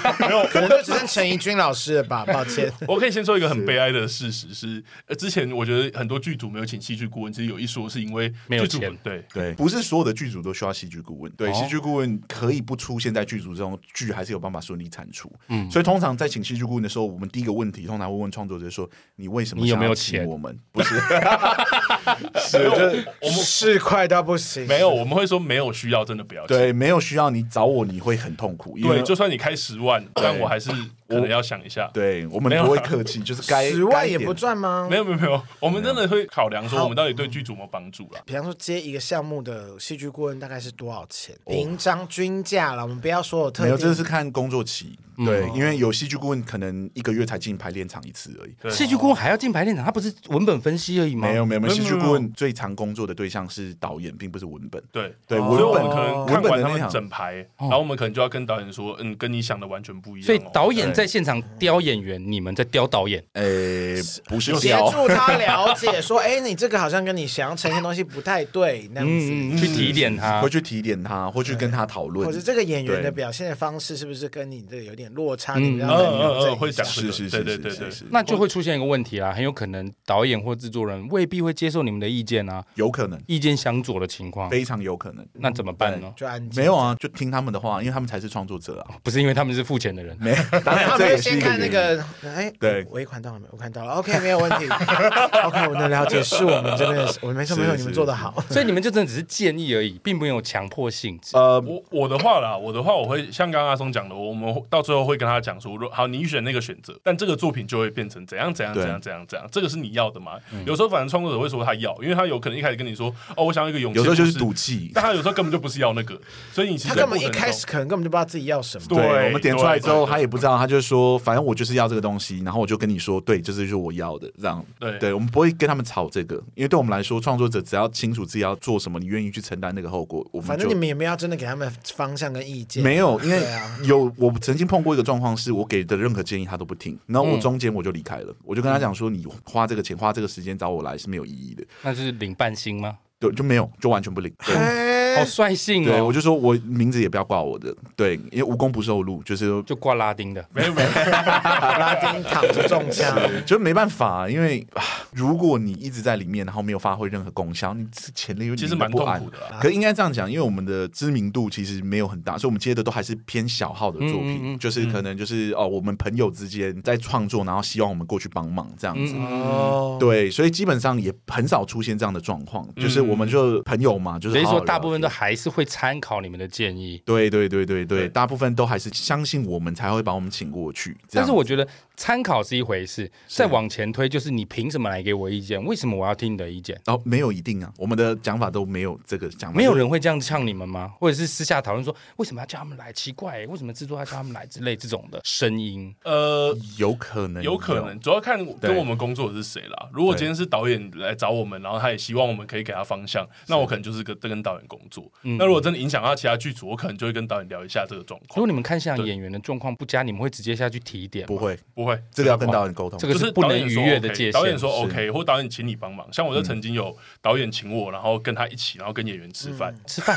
B: 可能就只剩陈怡君老师了吧，抱歉。
D: 我可以先说一个很悲哀的事实是，呃，之前我觉得很多剧组没有请戏剧顾问，其实有一说是因为
A: 没有
D: 剧组
A: 钱
D: 对。
C: 对，不是所有的剧组都需要戏剧顾问。对，戏剧顾问可以不出现在剧组中，剧还是有办法顺利产出。嗯，所以通常在请戏剧顾问的时候，我们第一个问题通常会问创作者说：“你为什么
A: 你有
C: 想要
A: 没有
C: 请
A: 钱
C: 我们不是，
D: 没有，
C: 是
D: 我们
B: 是快到不行，
D: 没有，我们会说没有需要，真的不要请。
C: 对，没有需要你找我，你会很痛苦。因为
D: 对，就算你开十万，但我还是可能要想一下。
C: 对我们
D: 没有
C: 不会客气，就是该
B: 十万
C: 该
B: 也不
C: 点
B: 赚吗
D: 没？有没有没有，我们真的会考量说我们到底对剧组有没有帮助啦。
B: 比方说接一个项目的戏剧顾问大概是多少钱？平章均价了，我们不要说有特
C: 没有，
B: 定
C: 这是看工作期。
D: 嗯哦
C: 对，因为有戏剧顾问可能一个月才进排练场一次而已。
D: 对
A: 戏剧顾问还要进排练场，他不是文本分析而已吗？
C: 没有没有没有，
D: 没有
C: 戏剧
D: 没有
C: 顾问最常工作的对象是导演，并不是文本。
D: 对
C: 对，
D: 哦所以我
C: 文
D: 们
C: 本
D: 可能
C: 文
D: 看
C: 本
D: 完
C: 的那
D: 他
C: 哦
D: 们
C: 场
D: 整排，然后我们可能就要跟导演说，嗯，跟你想的完全不一样哦。
A: 所以导演在现场雕演员，你们在雕导演。
C: 诶，不是
B: 协
C: 教
B: 助他了解说，哎，你这个好像跟你想要呈现的东西不太对，那样
A: 嗯，嗯
B: 子。
A: 去提点他
C: 会。去提点他，会去跟他讨论
B: 或者。这个演员的
C: 对
B: 表现的方式是不是跟你的有点落差？你们
D: 嗯
B: 要再
D: 嗯
B: 调整
D: 嗯
B: 一
D: 会
B: 下
D: 讲这
C: 是
D: 个
C: 是是
D: 对对
C: 是
D: 对
C: 是
D: 对
C: 是
A: 那就会出现一个问题啦，很有可能导演或制作人未必会接受你们的意见啊，
C: 有可能，
A: 意见相左的情况，
C: 非常有可能。
A: 那怎么办呢？
B: 就安静。
C: 没有啊，就听他们的话，因为他们才是创作者啊。
A: 不是因为他们是付钱的人，
C: 没，当 然
B: 他
C: 这
B: 们会
C: 也是
B: 先
C: 一
B: 看那
C: 原因。
B: 个，哎，
C: 对
B: 尾款到了没？尾款到了，OK，没有问题。OK，我能了解，是我们这边的，我没错没错，
C: 是
B: 你们
C: 是
B: 做的好。
A: 所以你们就真的只是建议而已，并没有强迫性质。
C: 呃，
D: 我我的话啦，我的话我会像刚刚阿松讲的，我们会到最后会跟他讲说，如好，你选那个选择，但这个作品就会变成怎样怎样
C: 对嗯
D: 怎样怎样怎样，这个是你要的吗？有时候反正创作者会说他要，因为他有可能一开始跟你说，哦，我想要一个勇气，
C: 有时候就是
D: 不
C: 赌气。
D: 但他有时候根本就不是要那个，所以你其
B: 他
D: 实在
B: 根
D: 过
B: 本一
D: 程
B: 开
D: 中
B: 始可能根本就不知道自己要什么。
D: 对
C: 我们点出来之
D: 对
C: 后，
D: 对
C: 他也不知道，他就说，反正我就是要这个东西，然后我就跟你说，对，这就是我要的，这样。
D: 对
C: 对，我们不会跟他们吵这个，因为对我们来说，创作者只要清楚自己要做什么，你愿意去承担那个后果，我
B: 反
C: 们
B: 正
C: 就
B: 你们也没有真的给他们方向跟意见。
C: 没有，因为
B: 对啊
C: 有我曾经碰过一个状况，是我给的任何建议他都不听，然后我中间我就离开了，我就跟他讲说，你花这个钱花这个时间找我来是没有意义的，
A: 那就是领半薪吗？
C: 对，就没有，就完全不领。 对
A: 好
B: 哎，
A: 率性
C: 对，我
A: 哦，
C: 就说我名字也不要挂我的，对，因为无功不受禄，就是
A: 就挂拉丁的。
D: 没有没有，
B: 拉丁躺着中枪，
C: 就没办法，因为啊如果你一直在里面，然后没有发挥任何功效，你是潜力有
D: 其实蛮
C: 不
D: 痛
C: 安
D: 苦。的啦。
C: 可应该这样讲，因为我们的知名度其实没有很大，所以我们接的都还是偏小号的作品，
A: 嗯嗯嗯
C: 就是可能就是哦，我们朋友之间在创作，然后希望我们过去帮忙这样子。
A: 嗯
B: 哦，
C: 对，所以基本上也很少出现这样的状况，
A: 嗯
C: 就是我们就朋友嘛，就是
A: 所以
C: 好好
A: 说，
C: 聊
A: 大部分
C: 天
A: 都还是会参考你们的建议。
C: 对对对对对，
D: 对
C: 大部分都还是相信我们才会把我们请过去。这
A: 但
C: 样
A: 是我觉得参考是一回事，再往前推就是你凭什么来给我意见？为什么我要听你的意见？
C: 然后没有一定啊，我们的讲法都没有这个讲法，
A: 没有人会这样呛你们吗？或者是私下讨论说为什么要叫他们来？奇怪、欸为什么制作要叫他们来之类这种的声音？
D: 呃，
C: 有可能
D: 有可能，主要看
C: 嗯对
D: 跟我们工作的是谁啦。如果今天是导演来找我们，然后他也希望我们可以给他方向，那我可能就是跟跟导演工作。那如果真的影响到其他剧组，我可能就会跟导演聊一下这个状
A: 如
D: 况。
A: 果你们看现场演员的状况不佳，你们会直接下去提点吗
C: 不会，
D: 不会，
C: 这个要跟导演沟通。
A: 这
D: 就
A: 个
D: 是
A: 不
D: 导
A: 能
D: 演
A: 逾
D: 说
A: 越的
D: OK，
A: 界限。
D: 导演说 OK，或导演请你帮忙。像我就曾经有导演请我，然后跟他一起，然后跟演员吃饭，
B: 嗯
A: 吃饭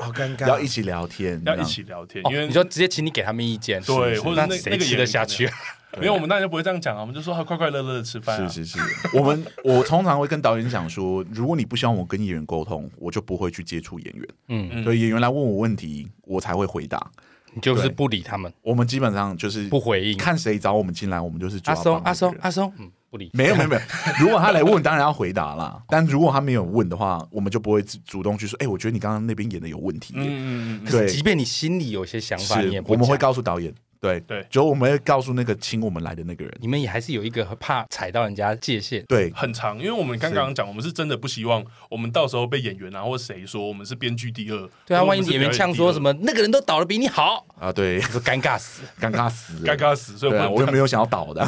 B: 好尴尬。
C: 要一起聊天，
D: 要一起聊天，
A: 哦
D: 因为
A: 你。就直接请你给他们意见，
D: 对
A: 是
D: 或者
A: 那
D: 那
A: 谁
D: 那个
A: 吃
D: 演
A: 得
D: 员
A: 下
D: 可能
A: 去？
D: 没有，我们当然就不会这样讲啊，我们就说他快快乐乐的吃
C: 这
D: 饭
C: 样。
D: 啊。
C: 是是是，我们我通常会跟导演讲说，如果你不希望我跟演员沟通，我就不会去接触演员。嗯，
A: 嗯
C: 对，演员来问我问题，我才会回答。
A: 你就是
C: 对
A: 不理他们，
C: 我们基本上就是
A: 不回应。
C: 看谁找我们进来，我们就是主
A: 阿
C: 要帮
A: 松，
C: 忙
A: 阿松
C: 的，人
A: 阿松，嗯不理。
C: 没有没有没有，如果他来问，当然要回答啦。但如果他没有问的话，我们就不会主主动去说，哎、我觉得你刚刚那边演的有问题耶。
D: 嗯嗯嗯
C: 对，
A: 即便你心里有些想法，你也
C: 是
A: 不
C: 我们会
A: 讲
C: 告诉导演，对
D: 对
C: 就我们会告诉那个请我们来的那个人，
A: 你们也还是有一个很怕踩到人家界限。
C: 对
D: 嗯，很长，因为我们刚刚讲，我们是真的不希望我们到时候被演员啊或谁说我们是编剧第二，
A: 对啊，
D: 或
A: 万
D: 者
A: 一
D: 我们是
A: 演员呛
D: 表
A: 说什
D: 第二
A: 么那个人都倒的比你好，
C: 啊，对，
A: 我说尴尬死，
C: 尴尬死了，
D: 尴尬死，所以
C: 对
D: 我
C: 啊，
D: 们
C: 我又没有想要倒的，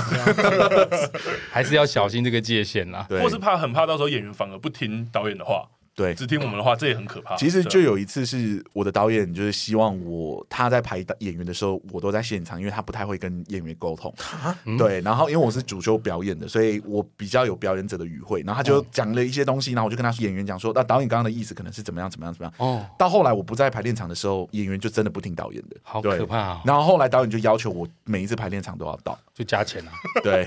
A: 还是要小心这个界限啊啦。
C: 对
D: 或是怕很怕到时候演员反而不听导演的话，
C: 对。
D: 只听我们的话，这也很可怕。
C: 其实
D: 对啊
C: 就有一次是我的导演，就是希望我他在排演员的时候，我都在现场，因为他不太会跟演员沟通。对，然后因为我是主修表演的，所以我比较有表演者的语汇。然后他就讲了一些东西，然后我就跟他演员讲说，那导演刚刚的意思可能是怎么样怎么样怎么样。
A: 哦，
C: 到后来我不在排练场的时候，演员就真的不听导演的，
A: 好
C: 对
A: 可怕哦，
C: 然后后来导演就要求我每一次排练场都要到，
A: 就加钱啊。
C: 对，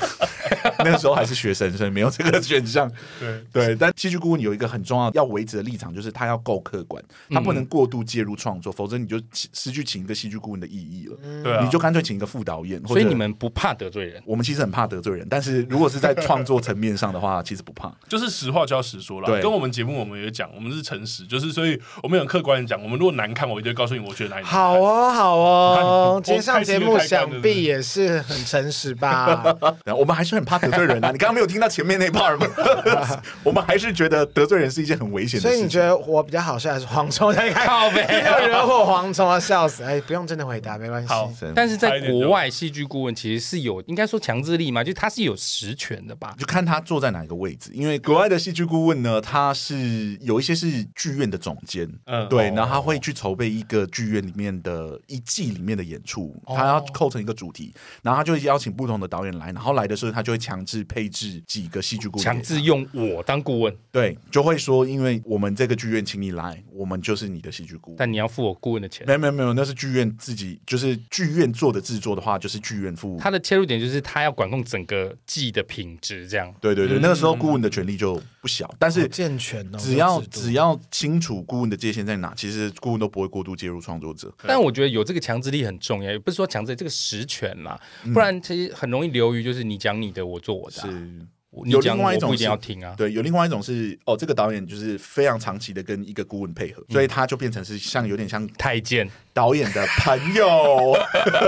C: 那时候还是学生，所以没有这个选项。
D: 对
C: 对，但戏剧顾问有一个很重要要维持的立场，就是他要够客观，他不能
B: 嗯
C: 过度介入创作，否则你就失失去请一个戏剧顾问的意义了。
D: 对啊，
C: 你就干脆请一个副导 演，或
A: 所以
C: 者
A: 你们不怕得罪人，
C: 我们其实很怕得罪人，但是如果是在创作层面上的话，其实不怕。
D: 就是实话就要实说
C: 对
D: 了。跟我们节目我们也讲，我们是诚实，就是所以我们很客观的讲，我们如果难看，我就会告诉你我觉得哪里难看
B: 好。哦，好哦，今天上节目
D: 开心就开干
B: 想必也是很诚实吧？
C: 然后我们还是很怕得罪人啊！你刚刚没有听到前面那 part 吗？ 我们还是觉得得罪人是一件很危险的
B: 所
C: 事情。
B: 以你觉得我比较好笑还是蝗虫在看？
A: 靠北
B: 要惹火蝗虫啊，笑死！哎，不用真的回答，没关系。
D: 好
C: 真
A: 但是在国外，戏剧顾问其实是有应该说强制力嘛，就他是有实权的吧？
C: 就看他坐在哪一个位置，因为国外的戏剧顾问呢，他是有一些是剧院的总监，
D: 嗯
C: 对，
D: 哦
C: 然后他会去筹备一个剧院里面的一季里面的演出，
A: 哦
C: 他要构成一个主题，然后他就会邀请不同的导演来，然后来的时候他就会强制配置几个戏剧顾问，
A: 强制用我当顾问，
C: 对，就会说，因为我们这个剧院请你来，我们就是你的戏剧顾问。
A: 但你要付我顾问的钱。
C: 没有没有没有，那是剧院自己，就是剧院做的制作的话，就是剧院付。
A: 他的切入点就是他要管控整个季的品质，这样。
C: 对对对，那个时候
A: 嗯
C: 顾问的权利就不小，但是
B: 健全哦，
C: 只
B: 这
C: 要
B: 个制度
C: 只要清楚顾问的界限在哪，其实顾问都不会过度介入创作者。
A: 但我觉得有这个强制力很重要，也不是说强制力这个实权啦，不然其实很容易流于就是你讲你的，我做我的啊、
C: 嗯是
A: 你
C: 有
A: 讲
C: 另外一
A: 我
C: 种
A: 不一定
C: 是
A: 要听啊。
C: 对，有另外一种是哦，这个导演就是非常长期的跟一个顾问配合，所
A: 嗯
C: 以他就变成是像有点像
A: 太监，
C: 导演的朋友。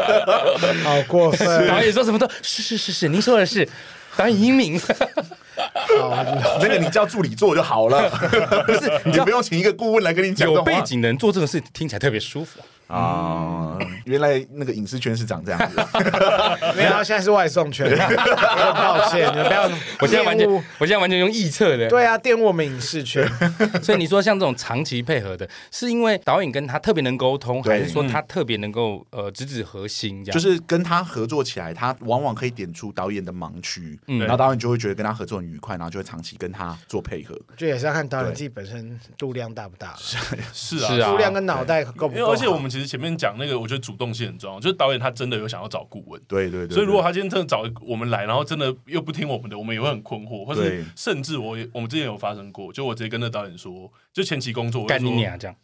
B: 好过分，
A: 导演说什么都是是是是，您说的是，导演英 明，
C: 那个你叫助理做就好 了，不是你不用请一个顾问来跟你讲
A: 有背景的人做这种事听起来特别舒 服。
C: 啊、原来那个影视圈是长这样子，
B: 没有，他现在是外送 圈，抱歉，你们不要，
A: 我现在完全
B: 玷污，
A: 我现在完全用臆测的。
B: 对啊，玷污我们影视圈，
A: 所以你说像这种长期配合的，是因为导演跟他特别能沟通，
C: 对
A: 还是说他特别能够呃直指核心这样？
C: 就是跟他合作起来，他往往可以点出导演的盲区，
A: 嗯
C: 然后导演就会觉得跟他合作很愉快，然后就会长期跟他做配合。
B: 就也是要看导演自己本身度量大不大，
D: 是啊，
A: 是啊
B: 度量跟脑袋够不
D: 因为
B: 够好。
D: 而且我们其实前面讲那个，我觉得主动性很重要，就是导演他真的有想要找顾问。
C: 对对对，
D: 所以，如果他今天真的找我们来，然后真的又不听我们的，我们也会很困惑，或
C: 对
D: 是甚至我也我们之前有发生过，就我直接跟那导演说，就前期工作我就
A: 干你
D: 说
A: 啊娘这样，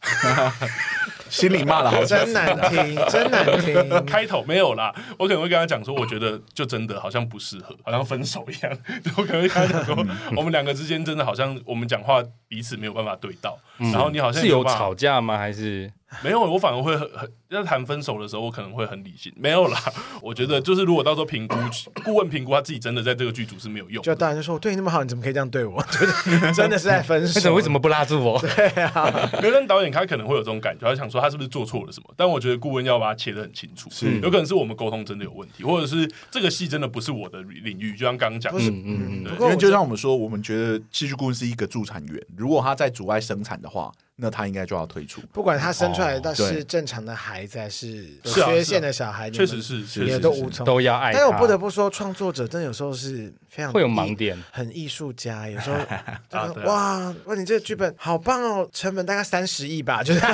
C: 心里骂了好几次
B: 真难听，真难听。
D: 开头没有啦，我可能会跟他讲说，我觉得就真的好像不适合，好像分手一样。 我可能会跟他讲说，
C: 嗯
D: 我们两个之间真的好像我们讲话彼此没有办法对到，
C: 嗯
D: 然后你好像
A: 是有
D: 办法
A: 吵架吗？还是
D: 没有，我反而会很很要谈分手的时候，我可能会很理性。没有啦，我觉得就是如果到时候评估 顾问评估他自己真的在这个剧组是没有用
B: 就
D: 的。
B: 导演就说：“我对你那么好，你怎么可以这样对我？” 就是真的是在分
A: 为什哎
B: 手。
A: 么为什么不拉住我？
D: 没有但导演他可能会有这种感觉，他想说他是不是做错了什么？但我觉得顾问要把它切得很清楚，是有可能是我们沟通真的有问题，或者是这个戏真的不是我的领域，就像刚刚讲的，嗯嗯
B: 不
D: 对。
B: 过
C: 因为
B: 我
C: 就
B: 觉得
C: 像我们说，我们觉得戏剧顾问是一个助产员，如果他在阻碍生产的话，那他应该就要退出。
B: 不管他生出来到
C: 对
B: 是正常的孩子还是有
D: 是啊
B: 缺陷的小孩，你
D: 确
B: 们
D: 实是，确
B: 也
D: 实
B: 都
D: 是
B: 无 从。
A: 都要爱他。
B: 但是我不得不说，创作者真的有时候是非常
A: 会有
B: 艺
A: 盲点
B: 很艺术家。有 时候真
C: 啊
B: 的
D: 对
B: 哇，哇，你这个剧本好棒哦，成本大概三十亿吧，就是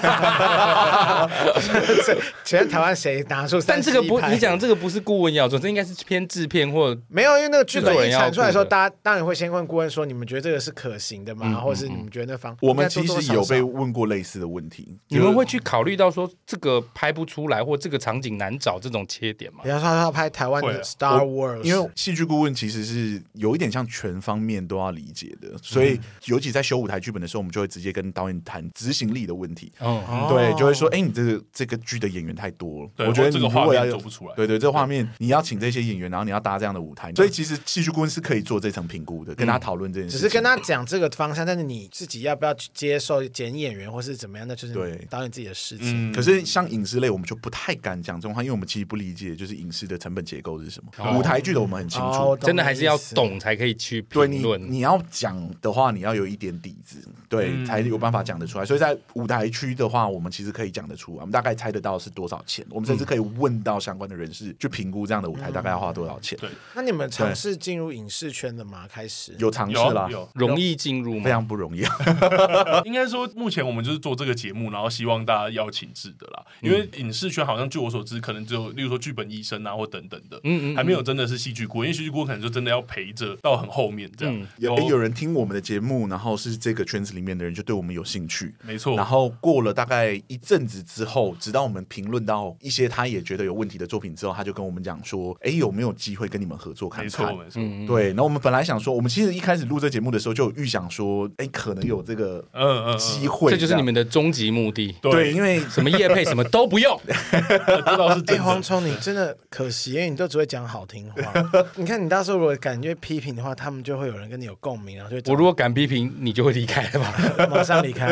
B: 这全台湾谁拿出30亿拍？
A: 但这个不，你讲这个不是顾问要做，这应该是偏制片或
B: 没有，因为那个剧本
A: 制作
B: 一
A: 人要
B: 产出来的时候，
A: 顾的嗯
B: 大家当然会先问顾问说：“你们觉得这个是可行的吗？或者是你们觉得那方
C: 我们其实有被问过类似的问题。
A: 你们会去考虑到说这个拍不出来或这个场景难找这种切点吗
B: 比？方说他要拍台湾
D: 会
B: 的
D: 啊
B: Star Wars，
C: 因为戏剧顾问其实是有一点像全方面都要理解的，所以尤其在修舞台剧本的时候，我们就会直接跟导演谈执行力的问题。
A: 嗯，
B: 哦
C: 对，就会说，哎、你这个这个剧的演员太多了，
D: 对
C: 我觉得
D: 或者
C: 你
D: 这个
C: 如
D: 画
C: 果要
D: 面
C: 有
D: 做不出来
C: 对对，这个画面你要请这些演员，然后你要搭这样的舞台，所以其实戏剧顾问是可以做这层评估的，跟他讨论这件事
B: 只
C: 情。
B: 是跟他讲这个方向，但是你自己要不要去接受剪演员或是怎么样，那就是
C: 对
B: 导演自己的事情。
D: 嗯，
C: 可是像影视类，我们就不太敢讲这种话，因为我们其实不理解就是影视的成本结构是什么。
A: 哦
C: 舞台剧的我们很清楚，
B: 哦我懂
A: 真的还是要
B: 你的意思
A: 懂才可以去
C: 对
A: 评
C: 你
A: 论。
C: 你要讲的话，你要有一点底子，对，才有办法讲得出来。所以在舞台区的话，我们其实可以讲得出来，我们大概猜得到是多少钱，我们甚至可以问到相关的人士去评估这样的舞台大概要花多少钱。
D: 对
B: 那你们尝试进入影视圈了吗？开始
C: 有尝试啦
D: 有，有，
A: 容易进入吗
C: 非？常不容易。
D: 应该说，目前我们就是做这个节目，然后希望大家邀请制的啦。
C: 嗯
D: 因为影视圈好像据我所知，可能只有例如说剧本医生啊，或等等的，
A: 嗯嗯嗯
D: 还没有真的是戏剧锅，因为戏剧锅可能就真的要陪着到很后面这样。哦
C: 有、
D: 然后
C: 诶有人听我们的节目，然后是这个圈子里面的人，就对我们有兴趣。
D: 没错
C: 然，后过了大概一阵子之后，直到我们评论到一些他也觉得有问题的作品之后，他就跟我们讲说：“哎，有没有机会跟你们合作看
D: 没
C: 看
D: 错，没错，？”
A: 嗯，
C: 对，那我们本来想说，我们其实一开始录这节目的时候就有预想说，哎，可能有这个
D: 嗯嗯嗯，
C: 机
A: 嗯
C: 会，
A: 这就是你们的终极目的。
C: 这样对，
D: 对，
C: 因为
A: 什么业配什么都不用，
D: 知道是
B: 哎、
D: 真的。
B: 黄虫，你真的可惜，因为你都只会讲好听话。你看，你到时候如果感觉批评的话，他们就会有人跟你有共鸣，然后就会找
A: 我如果敢批评，你就会离开了吧？
B: 马上离开。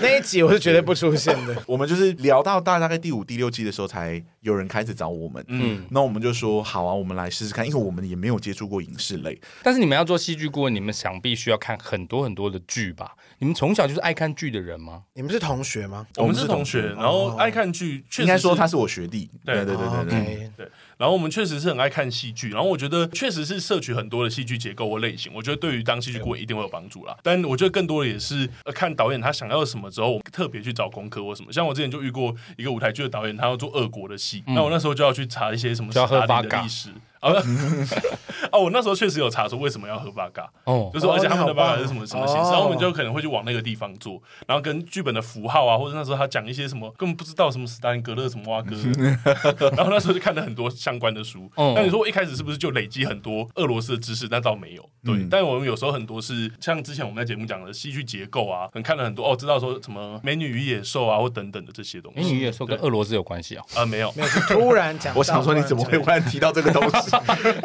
B: 那一集我是绝对不出现的。
C: 我们就是聊到大大概第五、第六季的时候，才有人开始找我们。嗯，那我们就说好啊，我们来试试看，因为我们也没有接触过影视类，
A: 但是你们要做戏剧顾问，你们想必需要看很多很多的剧吧？你们从小就是爱看剧的人吗？
B: 你们是同学吗？
D: 我们是同学，然后爱看剧，确
C: 应
D: 实
C: 该说
D: 是
C: 他是我学弟。
D: 对哦
C: 对对对对对。
B: 哦 OK
D: 对，然后我们确实是很爱看戏剧，然后我觉得确实是摄取很多的戏剧结构或类型，我觉得对于当戏剧顾问一定会有帮助啦。但我觉得更多的也是呃看导演他想要什么之后，我特别去找功课或什么。像我之前就遇过一个舞台剧的导演，他要做俄国的戏，那我那时候就要去查一些什么
A: 就要喝
D: 斯大林
A: vodka
D: 的历史。啊， 哦，我那时候确实有查说为什么要喝八嘎，
A: 哦
D: 就是而且他们的
B: 哦那好棒
D: 八嘎是什么什么形式，
B: 哦
D: 然后我们就可能会去往那个地方做，然后跟剧本的符号啊，或者那时候他讲一些什么根本不知道什么斯大林格勒什么蛙 哥，然后那时候就看了很多相关的书。
A: 嗯
B: 哦
D: 那你说我一开始是不是就累积很多俄罗斯的知识？那倒没有，对。
B: 嗯
D: 但我们有时候很多是像之前我们在节目讲的戏剧结构啊，可能看了很多哦，知道说什么《美女与野兽》啊，或等等的这些东西。
A: 美
C: 嗯
A: 女也说跟俄罗斯有关系哦。
D: 啊、没有，
B: 嗯没有，是突然讲到。
C: 我想说，你怎么会忽然提到这个东 西？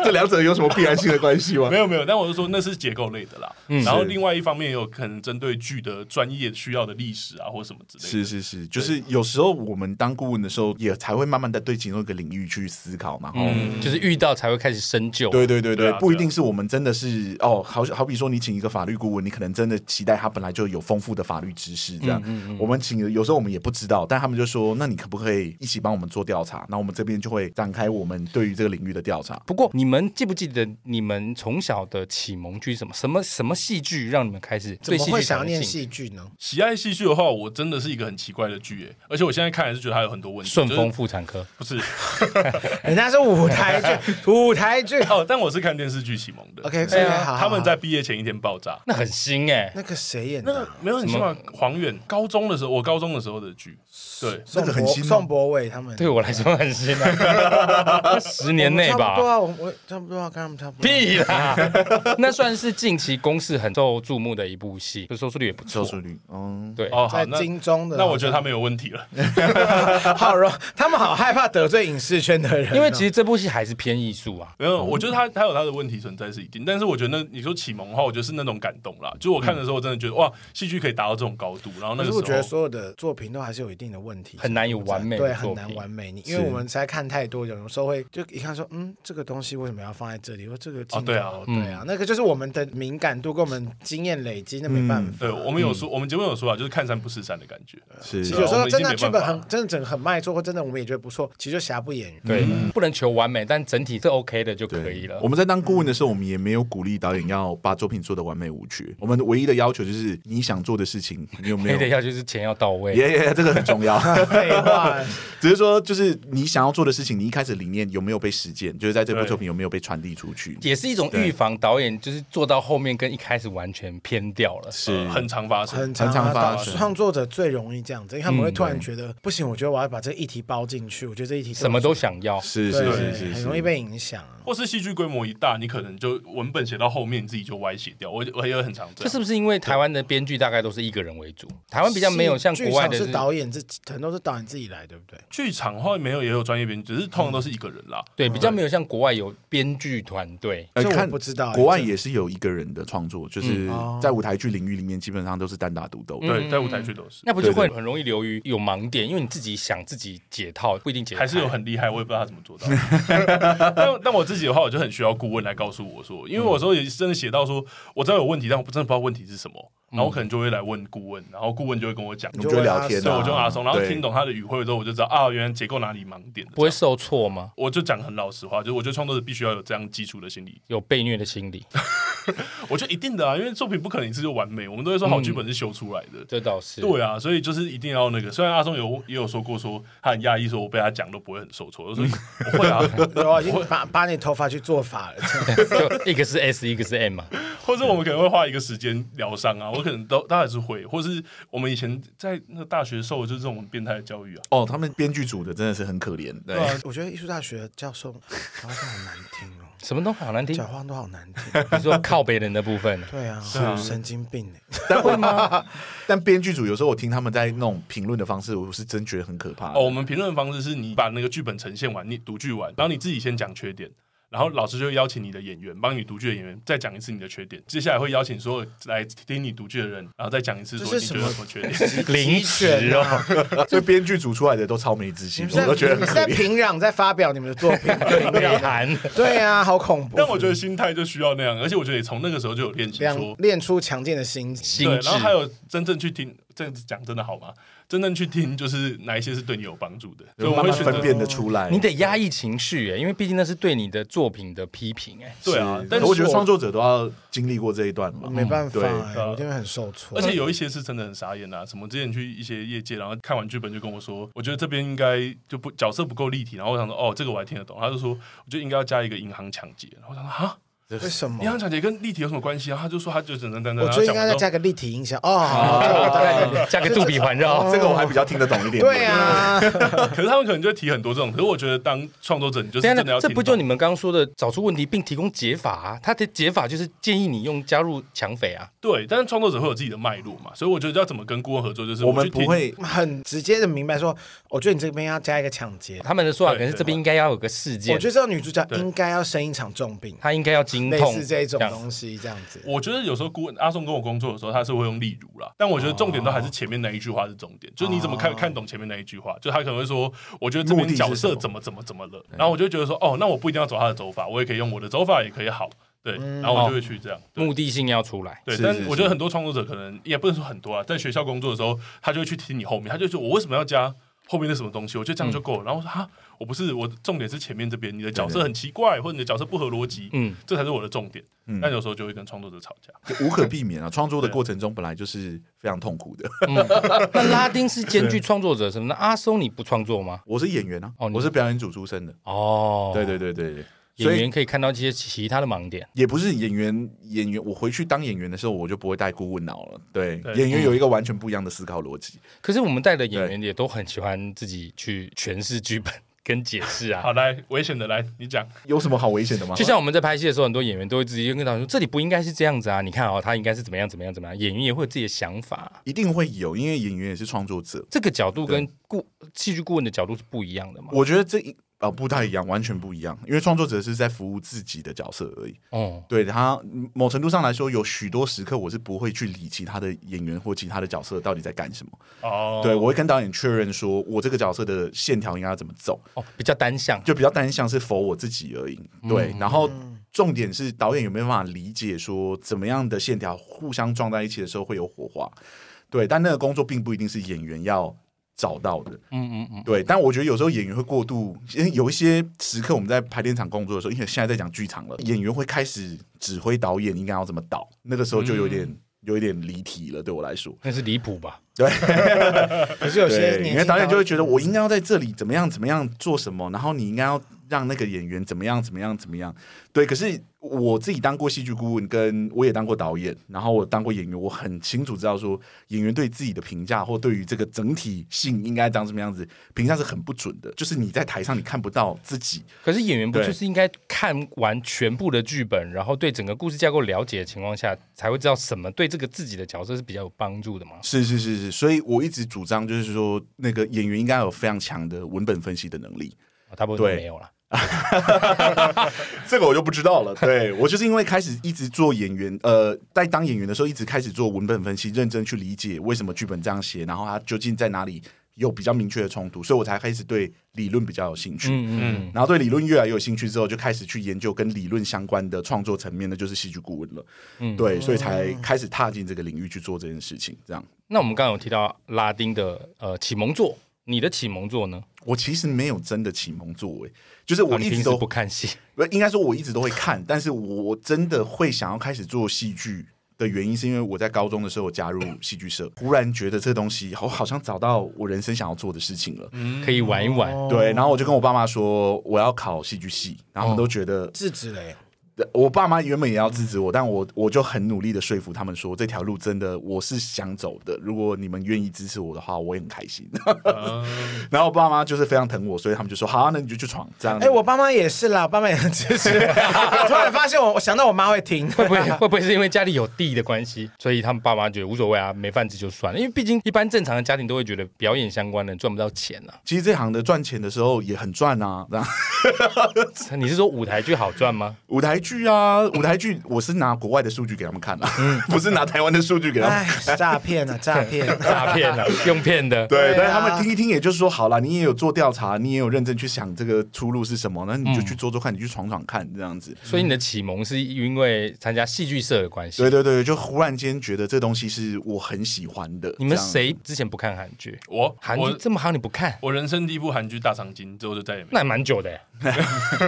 C: 这两者有什么必然性的关系吗
D: 没？有没有，但我是说那是结构类的啦。
B: 嗯
D: 然后另外一方面也有可能针对剧的专业需要的历史啊，或什么之类的。
C: 是是是，就是有时候我们当顾问的时候，也才会慢慢的对其中一个领域去思考嘛。哦
A: 嗯，就是遇到才会开始深究。
C: 对对对
D: 对
C: 对，
D: 啊
C: 不一定是我们真的是哦，好好比说你请一个法律顾问，你可能真的期待他本来就有丰富的法律知识这样。我们请有时候我们也不知道，但他们就说，那你可不可以一起帮我们做调查？那我们这边就会展开我们对于这个领域的调查。
A: 不过你们记不记得你们从小的启蒙剧是什么什么什么戏剧让你们开始
B: 怎
A: 对
B: 么
A: 戏
B: 会
A: 剧
B: 想要
A: 产
B: 念
A: 生兴趣？
B: 戏剧呢？
D: 喜爱戏剧的话，我真的是一个很奇怪的剧耶，而且我现在看还是觉得它有很多问题。
A: 顺
D: 就是
A: 丰妇产科，
D: 不是
B: 人哎家是舞台剧，舞台剧。
D: 哦，但我是看电视剧启蒙的。
B: OK，
A: 对啊
B: 好好好
D: 他们在毕业前一天爆炸。
A: 那很新哎、
B: 那个谁演
D: 那
B: 的
D: 个
B: 啊？
D: 没有，你
A: 什
D: 知
A: 么
D: 道黄远高中的时候，我高中的时候的剧，对，
C: 那个很
B: 宋
C: 新吗
B: 宋博伟他们
A: 对我来说很新啊， 十年内
B: 我们差不多
A: 吧。
B: 啊，我我差不多啊，跟他们差不多。
A: 屁啦！ 那算是近期公视很受注目的一部戏，就收视率也不错
C: 收。视率，嗯，
A: 对，
D: 哦，好，
B: 在
D: 那
B: 金钟的，
D: 那我觉得他们有问题了，
B: 得 好容，他们好害怕得罪影视圈的人哦，
A: 因为其实这部戏还是偏艺术啊。
D: 没有，我觉得他他有他的问题存在是一定，但是我觉得那你说启蒙的话，我觉得是那种感动啦，就我看的时候，我真的觉得哇，戏剧可以达到这种高度，然后那
B: 嗯可
D: 个
B: 是
D: 时
B: 我觉得
D: 候。
B: 所有的作品都还是有一定的问题，
A: 很难有完美的
B: 对，
A: 作
B: 很
A: 品
B: 难完美。你因为我们实在看太多，有时候会就一看说，嗯，这个东西为什么要放在这里？或这个镜头
D: 对啊
B: 对啊，那个就是我们的敏感度跟我们经验累积，那没办法。
D: 对，我们
A: 嗯
D: 有说，我们节目有说啊，就是看山不是山的感觉。
C: 是啊
B: 其
D: 是
B: 实有时
D: 我
B: 候
D: 们已
B: 真
D: 经
B: 的
D: 没
B: 剧
D: 办
B: 本
D: 法
B: 很真的整个很卖座，或真的我们也觉得不错，其实就瑕不掩瑜。
A: 对，不能求完美，但整体是 OK 的就可以了
C: 嗯我。们在当顾问的时候，我们也没有鼓励导演要把作品做的完美无
A: 嗯
C: 缺。我们唯一的要求就是你想做的事情，你有没
A: 黑
C: 有
A: 的？要就是钱要到位。
C: 耶耶，这个很重要。
B: 废话，
C: 只是说，就是你想要做的事情，你一开始理念有没有被实践？就是在这部
D: 对
C: 作品有没有被传递出去。
A: 也是一种预防导演，就是做到后面跟一开始完全偏掉了。
C: 是
D: 很常发生，
B: 很常
C: 很常
B: 啊
C: 发生
B: 创作者最容易这样子，因为他们会突然
C: 对
B: 觉得不行，我觉得我要把这个议题包进去，我觉得这议题
A: 什么都想要，
C: 是
B: 对
C: 是是是
B: 很
C: 是，
B: 容易被影响啊。
D: 或是戏剧规模一大，你可能就文本写到后面，你自己就歪写掉。我我也很常
A: 这
D: 这样。
A: 是不是因为台湾的编剧大概都是一个人为主？台湾比较没有像
B: 戏
A: 国外的
B: 剧场
A: 是
B: 是导演自己，很多是导演自己来，对不对？
D: 剧场后面没有也有专业编剧，只是通常都是一个人啦。
A: 对，比较没有像国外有编剧团队。
C: 呃
B: 这我
C: 看
B: 不知道欸
C: 国外
B: 这
C: 也是有一个人的创作，就是
B: 哦
C: 在舞台剧领域里面，基本上都是单打独
A: 嗯
C: 斗的。
D: 对，在舞台剧都是，
A: 那不就
C: 对对
A: 会很容易流于有盲点，因为你自己想自己解套，不一定解得开。
D: 还是有很厉害，我也不知道他怎么做到。但但我自己的话，我就很需要顾问来告诉我说，因为我有时候也真的写到说，我知道有问题，但我真的不知道问题是什么，
A: 嗯
D: 然后我可能就会来问顾问，然后顾问就会跟我讲
C: 我
B: 你，
C: 们就会聊天
D: 对，
B: 就
C: 啊，
D: 我就阿松，然后
C: 对
D: 听。懂他的语汇之后，我就知道啊，原来结构哪里盲点的
A: 不会受挫吗？
D: 我就讲很老实话，就是我觉得创作者必须要有这样基础的心理，
A: 有被虐的心理，
D: 我觉得一定的啊，因为作品不可能一次就完美，我们都会说
B: 嗯
D: 好剧本是修出来的。
A: 这倒是。
D: 对啊，所以就是一定要那个。虽然阿松有也有说过说他很讶异，说我被他讲都不会很受挫，我
B: 嗯
D: 说我会啊，
B: 有啊，已经把把你头发去做法了，这样
A: 就 一个是 S，一个是 M 嘛。
D: 或者我们可能会花一个时间疗伤啊，我可能都当然是会，或是我们以前在那个大学受的就是这种变态的教育啊，
C: 哦，他们编剧组的真的是很可怜，对，
B: 我觉得艺术大学教授讲话都好难听哦，
A: 什么都好难听。
B: 讲话都好难听。
A: 你说靠北人的部分，
B: 对啊，神经病哎！
C: 但会吗？但编剧组有时候我听他们在那种评论的方式，我是真觉得很可怕。
D: 哦，我，们评论的方式是你把那个剧本呈现完，你读剧完，然后你自己先讲缺点，然后老师就会邀请你的演员帮你读剧的演员再讲一次你的缺点，接下来会邀请所有来听你读剧的人，然后再讲一次说
B: 这
D: 你
B: 是什
D: 觉得
B: 么
D: 有什么缺点。
A: 零食哦，
C: 所以编剧组出来的都超没 自
B: 你
C: 信，
B: 们
C: 我
B: 在
C: 都觉得
B: 你们
C: 很可
B: 在
C: 怜。
B: 平壤在发表你们的作品，
A: 内涵。
B: 对啊，好恐怖。
D: 但我觉得心态就需要那样，而且我觉得也从那个时候就有练习
B: 两
D: 说。
B: 练出强健的心
A: 心
B: 情，
D: 对，
A: 智
D: 然后还有真正去听，这样子讲真的好吗？真正去听，就是哪一些是对你有帮助的，所以我
C: 慢
D: 会
C: 慢
D: 选择
C: 分辨的出来，
A: 你得压抑情绪哎，因为毕竟那是对你的作品的批评哎。
D: 对啊
C: 是。
D: 但是
C: 我觉得
D: 我
C: 创作者都要经历过这一段嘛。
B: 没办法
C: 对
B: 欸，我这边很受挫。
D: 嗯呃而且有一些是真的很傻眼啊，什么之前去一些业界，然后看完剧本就跟我说，我觉得这边应该就不角色不够立体，然后我想说，哦，这个我还听得懂，他就说，我就应该要加一个银行抢劫，然后我想说，啊，
B: 为什么
D: 银？行抢劫跟立体有什么关系啊？他就说他就只能在那，
B: 我觉得应
D: 然后
B: 该再
D: 呃讲啊
B: 加个立体音响 哦。
A: 加个杜比环绕，
C: 哦这个我还比较听得懂一点。
B: 对，啊，
D: 完之后，可是他们可能就会提很多这种，可是我觉得当创作者，你就是
A: 等一
D: 真
A: 下
D: 的要
A: 这
D: 听
A: 不就
D: 懂
A: 你们刚刚说的找出问题并提供解法啊？它的解法就是建议你用加入抢匪啊。
D: 对，但是创作者会有自己的脉络嘛，所以我觉得要怎么跟顾问合作，就是
C: 我们
D: 去听
C: 不会
B: 很直接的明白说，我觉得你这边要加一个抢劫。
A: 他们的说法可能
D: 对
A: 是
D: 对
A: 这边应该要有个事
B: 我
A: 件
B: 觉，得这个女主角
D: 对
B: 应该要生一场重病，
A: 他应该要经
B: 类
A: 痛
B: 似这种
A: 样
B: 东西这样子。
D: 我觉得有时候顾问阿松跟我工作的时候，他是会用例如啦，但我觉得重点都还
C: 哦
D: 是前面那一句话是重点，就是你怎么看看懂前面那一句话，就他可能会说，我觉得这边角色怎么怎么怎么了，然后我就觉得说，哦，那我不一定要走他的走法，我也可以用我的走法，也可以好，对，
C: 嗯
D: 然后我就会去这样。对
A: 目的性要出来。
D: 对，
C: 是
D: 但
C: 是
D: 我觉得很多创作者可能也不能说很多啊，在学校工作的时候，他就会去听你后面，他就说我为什么要加后面的什么东西，我觉得这样就够了。然后我说哈，我不是我重点是前面这边，你的角
C: 嗯对
D: 色很奇怪，或者你的角色不合逻辑，
A: 嗯，
D: 这才是我的重点。
C: 嗯
D: 但有时候就会跟创作者吵架。
C: 无可避免啊。创作的过程中本来就是非常痛苦的。
A: 嗯 那拉丁是兼具创作者什么的，阿松你不创作吗？
C: 我是演员啊，
A: 哦你
C: 我是表演组出身的。
A: 哦，
C: 对对对对对，所
A: 演
C: 以
A: 员可以看到一些其他的盲点。
C: 也不是演员，演员我回去当演员的时候，我就不会带顾问脑了。对，
D: 对
C: 演员有一个完全不一样的思考逻辑。
A: 可是我们带的演员也都很喜欢自己去诠释剧本跟解 释啊。
D: 好，来危险的来，你讲。
C: 有什么好危险的吗
A: 就？像我们在拍戏的时候，很多演员都会直接跟导演说：“这里不应该是这样子啊！你看哦，他应该是怎么样怎么样怎么样。”演员也会有自己的想法，
C: 一定会有，因为演员也是创作者。
A: 这个角度跟顾戏剧顾问的角度是不一样的嘛。
C: 我觉得这一啊、不太一样，完全不一样，因为创作者是在服务自己的角色而已。
A: 哦，
C: 对他某程度上来说，有许多时刻我是不会去理其他的演员或其他的角色到底在干什么。
D: 哦，
C: 对我会跟导演确认说，我这个角色的线条应该要怎么走。
A: 哦，比较单向，
C: 就比较单向是否我自己而已。对，然后重点是导演有没有办法理解说怎么样的线条互相撞在一起的时候会有火花。对，但那个工作并不一定是演员要找到的。
A: 嗯嗯嗯，
C: 对，但我觉得有时候演员会过度，因为有一些时刻我们在排练场工作的时候，因为现在在讲剧场了，演员会开始指
A: 嗯
C: 挥导演应该要怎么导，那个时候就有点。有一点离题了，对我来说，
A: 那是离谱吧？
B: 可是有些
C: 对，
B: 年
C: 因为导演就会觉
B: 得
C: 得我应该要在这里怎么样怎么样做什么，然后你应该要让那个演员怎么样怎么样怎么样。对，可是我自己当过戏剧顾问，跟我也当过导演，然后我当过演员，我很清楚知道说演员对自己的评价或对于这个整体性应该长什么样子，评价是很不准的。就是你在台上你看不到自己，
A: 可是演员不
C: 对
A: 就是应该看完全部的剧本，然后对整个故事架构了解的情况下，才会知道什么对这个自己的角色是比较有帮助的吗？
C: 是是是是，所以我一直主张就是说，那个演员应该有非常强的文本分析的能力。
A: 啊大部分都
C: 对
A: 没有了。
C: 这个我就不知道了。对我就是因为开始一直做演员，呃，在当演员的时候，一直开始做文本分析，认真去理解为什么剧本这样写，然后它究竟在哪里有比较明确的冲突，所以我才开始对理论比较有兴趣。
A: 嗯嗯，
C: 然后对理论越来越有兴趣之后，就开始去研究跟理论相关的创作层面的，就是戏剧顾问了。
A: 嗯
C: 对，所以才开始踏进这个领域去做这件事情。这样，
A: 那我们刚刚有提到拉丁的呃启蒙作，你的启蒙作呢？
C: 我其实没有真的启蒙作为，就是
A: 啊
C: 我
A: 你
C: 一
A: 平
C: 直
A: 时
C: 都
A: 不看戏，
C: 不，应该说我一直都会看，但是我真的会想要开始做戏剧的原因，是因为我在高中的时候加入戏剧社，忽然觉得这东西，我好像找到我人生想要做的事情了。
B: 嗯
A: 可以玩一玩。
C: 对，然后我就跟我爸妈说我要考戏剧系，然后他们都觉得、呃
B: 制止嘞，
C: 我爸妈原本也要制止我，但我我就很努力的说服他们说这条路真的我是想走的，如果你们愿意支持我的话，我也很开心。
B: 嗯
C: 然后我爸妈就是非常疼我，所以他们就说好、啊，那你就去闯这样子。
B: 哎，我爸妈也是 啦，我爸妈也很支持。我突然发现我，我想到我妈会 听，
A: 会不 会会不会是因为家里有地的关系，所以他们爸妈觉得无所谓啊，没饭吃就算了？因为毕竟一般正常的家庭都会觉得表演相关的赚不到钱 啊。
C: 其实这行的赚钱的时候也很赚啊，然后。
A: 你是说舞台剧好赚吗？
C: 舞台剧啊，舞台剧我是拿国外的数据给他们看的、啊
B: 嗯
C: 不是拿台湾的数据给他们。
B: 哎，诈骗啊，诈骗！
A: 诈骗啊，用骗的。
B: 对
C: 对，
B: 啊
C: 但是他们听一听，也就是说，好了，你也有做调查，你也有认真去想这个出路是什么，那你就去做做看，你去闯闯看，这样子。
B: 嗯
A: 所以你的启蒙是因为参加戏剧社的关系
C: 对。对对，就忽然间觉得这东西是我很喜欢的。
A: 你们
C: 这样？
A: 谁之前不看韩剧？
D: 我
A: 韩剧
D: 我
A: 这么好你不看，
D: 我人生第一部韩剧《大长今》之后就再也没。
A: 那也蛮久的耶。欸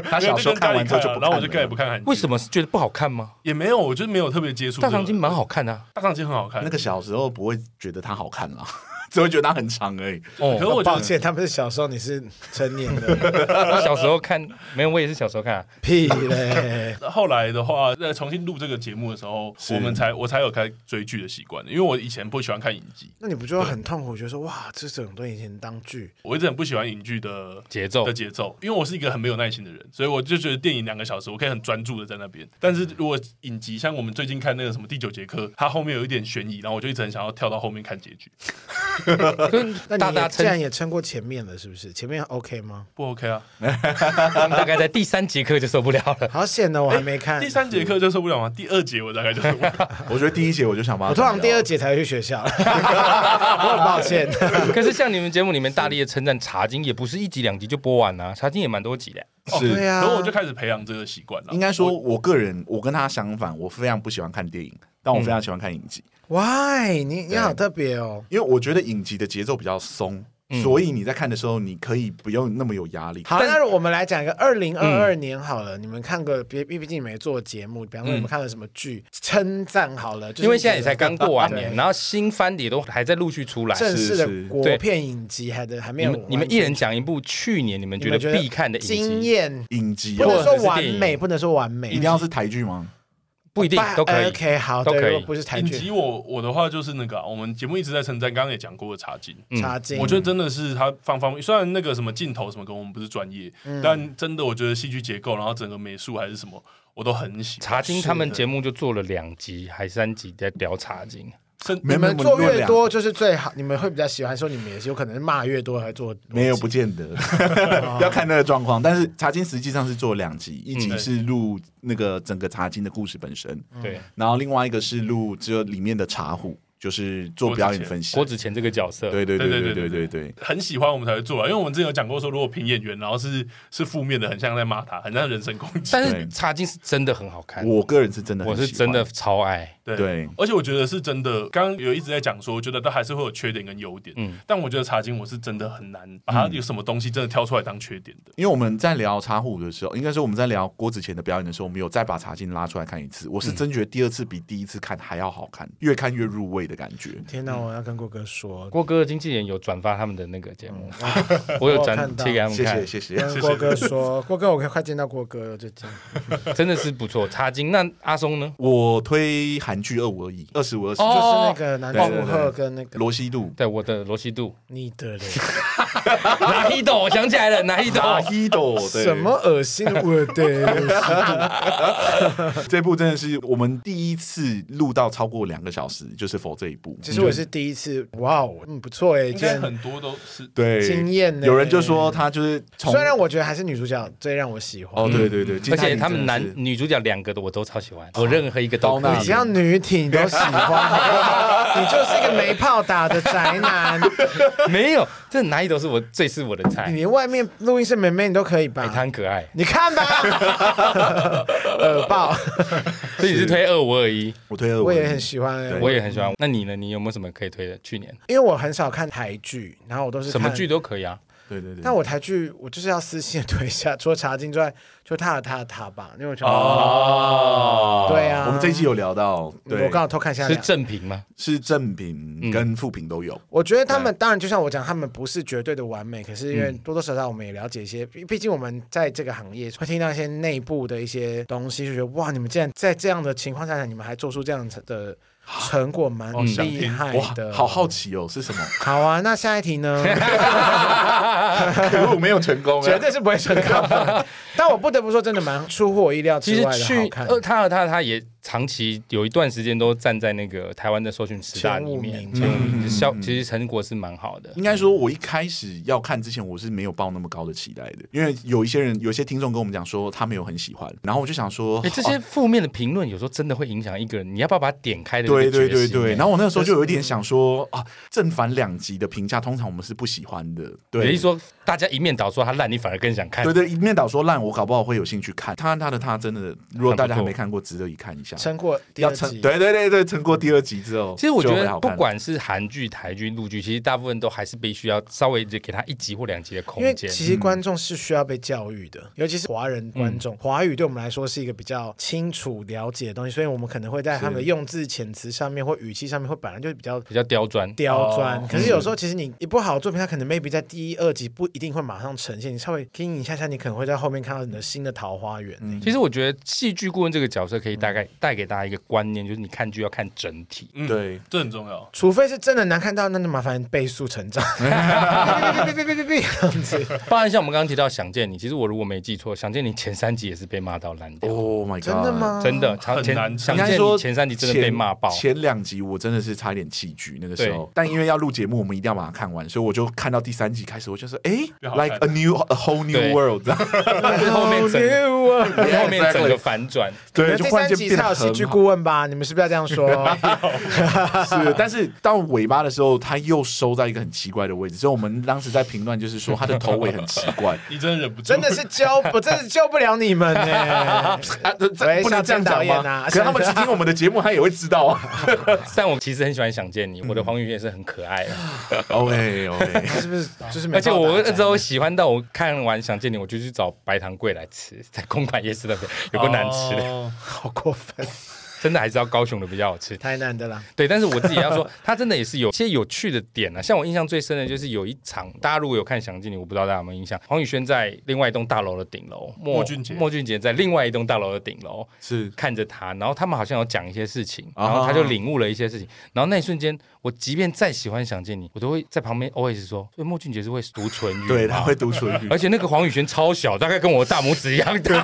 C: 他小时候看完之后就不
D: 然后我就
C: 了
D: 再也不看韩剧，
A: 为什么是觉得不好看吗？
D: 也没有？我就是没有特别接触。
A: 大长今蛮，好看的啊。
D: 大长今很好看
C: 那。个小时候不会觉得它好看啦， 只会觉得它很长而已。
D: 可
A: 哦
D: 是我觉
B: 抱
D: 得
B: 歉，他们是小时候，你是成年 的，
A: 我小时候看，没有，我也是小时候看啊。
B: 屁嘞！
D: 后来的话，在重新录这个节目的时候，
C: 是
D: 我们才我才有开追剧的习惯，因为我以前不喜欢看影集，
B: 那你不就很痛苦？就说哇，这整段以前当剧，
D: 我一直很不喜欢影剧的
A: 节奏
D: 的节奏，因为我是一个很没有耐心的人，所以我就觉得电影两个小时，我可以很专注的在那边。但是如果影集，像我们最近看那个什么第九节课，它后面有一点悬疑，然后我就一直很想要跳到后面看结局，
A: 可是
B: 那
A: 大
B: 你
A: 大
B: 也既然
A: 撑，
B: 也撑过前面了，是不是？前面 OK 吗？
D: 不 OK 啊？
A: 他们大概在第三节课就受不了了。
B: 好险
A: 哎
B: 呢，我还没看。
D: 第三节课就受不了吗？第二节我大概就受不了。
C: 我觉得第一节我就想把它
B: 我通常
C: 剪掉
B: 第二节才会去 学校，我很抱歉。
A: 可是像你们节目里面大力的称赞《茶经》，也不是一集两集就播完啊，《茶经》也蛮多集的。
D: 哦
C: 是
B: 对啊，
D: 然后我就开始培养这个习惯了
C: 应。该说，我个人我跟他相反，我非常不喜欢看电影，但我非常喜欢看影集。
B: Why？你你好特别哦，
C: 因为我觉得影集的节奏比较松，所以你在看的时候，你可以不用那么有压力。
B: 好，
A: 但嗯
B: 那我们来讲一个二零二二年好了，你们看个别，毕毕竟你没做节目，比方说你们看了什么剧，称赞好了，就是
A: 嗯因为现在也才刚过完年，
B: 对
A: 然后新番也都还在陆续出来。
B: 正式
C: 是
B: 的
C: 是
B: 国片影集还的还没
A: 你
B: 有
A: 们
B: 完
A: 你们一人讲一部去年你们
B: 你
A: 觉
B: 们
A: 得必看的影
B: 经
A: 集，
B: 验，
C: 影集
B: 不
C: 哦
B: 能说
A: 或者
B: 完
A: 是电
B: 美，
A: 影
B: 不能说完美，
C: 一定要是台剧吗？
A: 不一定
B: 但
A: 都可以。
B: OK，好，
A: 都
B: 对
A: 可以
B: 如果不是台
D: 影
B: 剧
D: 集我我的话就是那个啊、我们节目一直在称赞，刚刚也讲过的茶经。
A: 嗯
B: 茶经，
D: 我觉得真的是它方方面，虽然那个什么镜头什么跟我们不是专业，
B: 嗯
D: 但真的我觉得戏剧结构，然后整个美术还是什么，我都很喜欢。
A: 茶经他们节目就做了两集还三集在聊茶经，
D: 甚
C: 没
B: 你们
C: 没
B: 做
C: 没有
B: 越
C: 两
B: 多就是最好，你们会比较喜欢说你们也是有可能骂越多还做
C: 没有，不见得， 要看那个状况。但是《茶经》实际上是做两集，一集
D: 嗯
C: 是录那个整个《茶经》的故事本身，
B: 嗯
A: 对
C: 然后另外一个是录只有里面的茶壶，就是做表演分析
A: 郭。子乾这个角色，
C: 对对对
D: 对
C: 对
D: 对
C: 对对
D: 对对
C: 对，
D: 很喜欢我们才会做啊，因为我们之前有讲过说，如果评演员，然后是是负面的，很像在骂他，很像人身攻击。
A: 但是
C: 对
A: 茶经是真的很好看，
C: 我个人是真的很
A: 我是
C: 喜
A: 真
C: 欢
A: 的超爱。
D: 对
C: 对
D: 而且我觉得是真的，刚刚有一直在讲说，我觉得都还是会有缺点跟优点。嗯，但我觉得茶经我是真的很难把它有什么东西真的挑出来当缺点的。
C: 因为我们在聊茶壶的时候，应该说我们在聊郭子乾的表演的时候，我们有再把茶镜拉出来看一次。我是真觉得第二次比第一次看还要好看，越看越入味的感觉。
B: 天哪，我要跟郭哥说，
A: 郭哥的经纪人有转发他们的那个节目，我有转
B: 嗯 我有看到
A: 贴给他们
C: 谢
A: 看
C: 谢， 谢谢。
B: 跟郭哥说， 郭哥，我快见到郭哥了，最近。
A: 真的是不错。茶经那阿松呢？
C: 我推韩剧二五二一，二十五二十，
A: 哦
B: 就是那个男
C: 对
B: 主赫跟那个
C: 罗西度。
A: 对，我的罗西度，
B: 你的嘞，
A: 拿黑豆，我想起来了，拿黑豆。
C: 打 h i d o
B: 什么恶心的我 的，
C: 这部真的是我们第一次录到超过两个小时，就是否这一部。
B: 其实我是第一次，哇哦，嗯，不错哎，
D: 应该
B: 见
D: 很多都是
C: 对
B: 经验呢
C: 有人就说他就是从
B: 虽然我觉嗯得还是女主角最让我喜欢，
C: 哦，对对对，金
A: 而
C: 泰
A: 且
C: 梨
A: 他们
C: 真的是
A: 男女主角两个的我都超喜欢，我任何一个都
C: 刀
A: 可
C: 娜
A: 以。
B: 你只要女体你都喜欢，好不好你就是一个没炮打的宅 男，
A: 没有，这哪里都是我最是我的菜
B: 你。连外面录音室妹妹你都可以
A: 哎，
B: 吧
A: 他？很可爱，
B: 你看吧， 耳爆，
A: 所以你是推二五二一，
C: 我推二，
B: 我也很喜欢哎、
C: 对
A: 我也很喜欢。那你呢？你有没有什么可以推的？去年
B: 因为我很少看台剧，然后我都是
A: 什么
B: 看
A: 剧都可以啊。
C: 对对对。
B: 但我台剧我就是要私信地推一下，除了茶经之外，就他的他的他吧，因为我觉得、
C: 哦
B: 对啊
C: 我们这一期有聊到，对，
B: 我刚好偷看一下
A: 是
B: 两。
A: 正品吗？
C: 是正品
A: 嗯
C: 跟副品都有。
B: 我觉得他们当然就像我讲，他们不是绝对的完美，可是因为多多少少我们也了解一些，毕毕竟我们在这个行业会听到一些内部的一些东西，就觉得哇，你们竟然在这样的情况下，你们还做出这样的成果，蛮
D: 想
B: 厉
D: 听
B: 害
C: 哇
B: 的。，
C: 好好奇哦，是什么？
B: 好啊，那下一题呢？
C: 可我没有成功啊
B: 绝对是不会成功的。但我不得不说，真的蛮出乎我意料
A: 其
B: 之
A: 实
B: 外的好
A: 去
B: 看。
A: 呃，他和他他也长期有一段时间都站在那个台湾的搜寻十大里面，
B: 前
A: 前
B: 五
A: 五
B: 名
A: 名，效其实成果是蛮好的。
C: 应该说，我一开始要看之前，我是没有抱那么高的期待的，因为有一些人，有一些听众跟我们讲说他没有很喜欢，然后我就想说，
A: 哎，这些
C: 哦
A: 负面的评论有时候真的会影响一个人，你要不要把它点开的那个
C: 对对
A: 决
C: 对
A: 心
C: 对，
A: 哎
C: 然后我那时候就有一点想说啊，正反两极的评价，通常我们是不喜欢的，
A: 也
C: 对
A: 是。说大家一面倒说他烂，你反而更想看
C: 对。对，一面倒说烂，我搞不好会有兴趣看。他和他的他真的，如果大家还
A: 很不错
C: 没看过，值得一看一下。
B: 撑过第
C: 要
B: 二
C: 撑
B: 集，，
C: 对对对对，撑过第二集之后，
A: 其实我觉
C: 就会
A: 得
C: 好
A: 不
C: 看
A: 管是韩剧、台剧、陆剧，其实大部分都还是必须要稍微给他一集或两集的空
B: 因为
A: 间。
B: 其实观众是需要被教育的，尤其是华人观众，华语对我们来说是一个比较清楚了解的东西，所以我们可能会在他们的用字遣词上面或语气上面会本来就比较。
A: 比较刁钻，
B: 刁钻，
D: 哦
B: 可是有时候其实你一部好的作品，它可能 maybe 在第一、二集不一定会马上呈现，你稍微听一下下，你可能会在后面看到你的新的桃花源。
C: 嗯
A: 其实我觉得戏剧顾问这个角色可以大概带给大家一个观念，就是你看剧要看整体。
D: 嗯，
C: 对，
D: 这很重要。
B: 除非是真的难看到，那就麻烦倍速成长，哔哔哔哔哔哔哔这样子。
A: 包含像我们刚刚提到《想见你》，其实我如果没记错，《想见你》前三集也是被骂到烂掉，
C: Oh my god！
B: 真的？吗？
A: 嗯真的，长
D: 很
A: 前
D: 难
A: 《
D: 撑
A: 想见
C: 应该
A: 你
C: 说》
A: 前三集真的被骂爆。
C: 前两集我真的是差一点弃剧那个时候，但因为要录节目，我们一定要把它看完，所以我就看到第三集开始，我就说，哎
D: 越好看
C: ，like a new a whole
A: 对
C: new world，
A: 后面整个
C: Yeah,
A: 后面整
C: exactly
A: 个反 转，
B: 你
C: 对，
B: 们
C: 就
B: 第
C: 忽然
B: 三
C: 间
B: 集
C: 变得
B: 才有
C: 很
B: 戏剧
C: 好
B: 顾问吧？你们是不是要这样说？
C: 是，但是到尾巴的时候，他又收在一个很奇怪的位置，所以我们当时在评论就是说他的头尾很奇怪，
D: 你真的忍不住，
B: 真的是救，我真的是救不了你们呢、
C: 啊，这
B: 喂
C: 这不能
B: 像
C: 这样讲
B: 郑导演啊
C: 吗？可是他们只听我们的节目，他也会知道啊。
A: 但我其实很喜欢《想见你》，我
C: 嗯
A: 的黄宇也是很可爱的，
C: OK OK，
B: 是不是？就是没
A: 而且我
B: 办法
A: 那时候喜欢到我看完《想见你》，我就去找白糖桂来吃，在公馆夜市那边有够难吃的，
D: 哦
B: 好过分，
A: 真的还是要高雄的比较好吃。
B: 太难的啦。
A: 对，但是我自己要说，它真的也是有些有趣的点啊。像我印象最深的就是有一场，大家如果有看《详尽你》，我不知道大家有没有印象，黄宇轩在另外一栋大楼的顶楼，
D: 莫俊杰
A: 莫俊杰在另外一栋大楼的顶楼
C: 是
A: 看着他，然后他们好像有讲一些事情，
C: 啊
A: 然后他就领悟了一些事情，然后那一瞬间，我即便再喜欢《想见你》，我都会在旁边 always 说，所以莫俊杰是会读唇语，
C: 对，他会。读唇语
A: 而。且那个黄宇轩超小，大概跟我大拇指一样 大。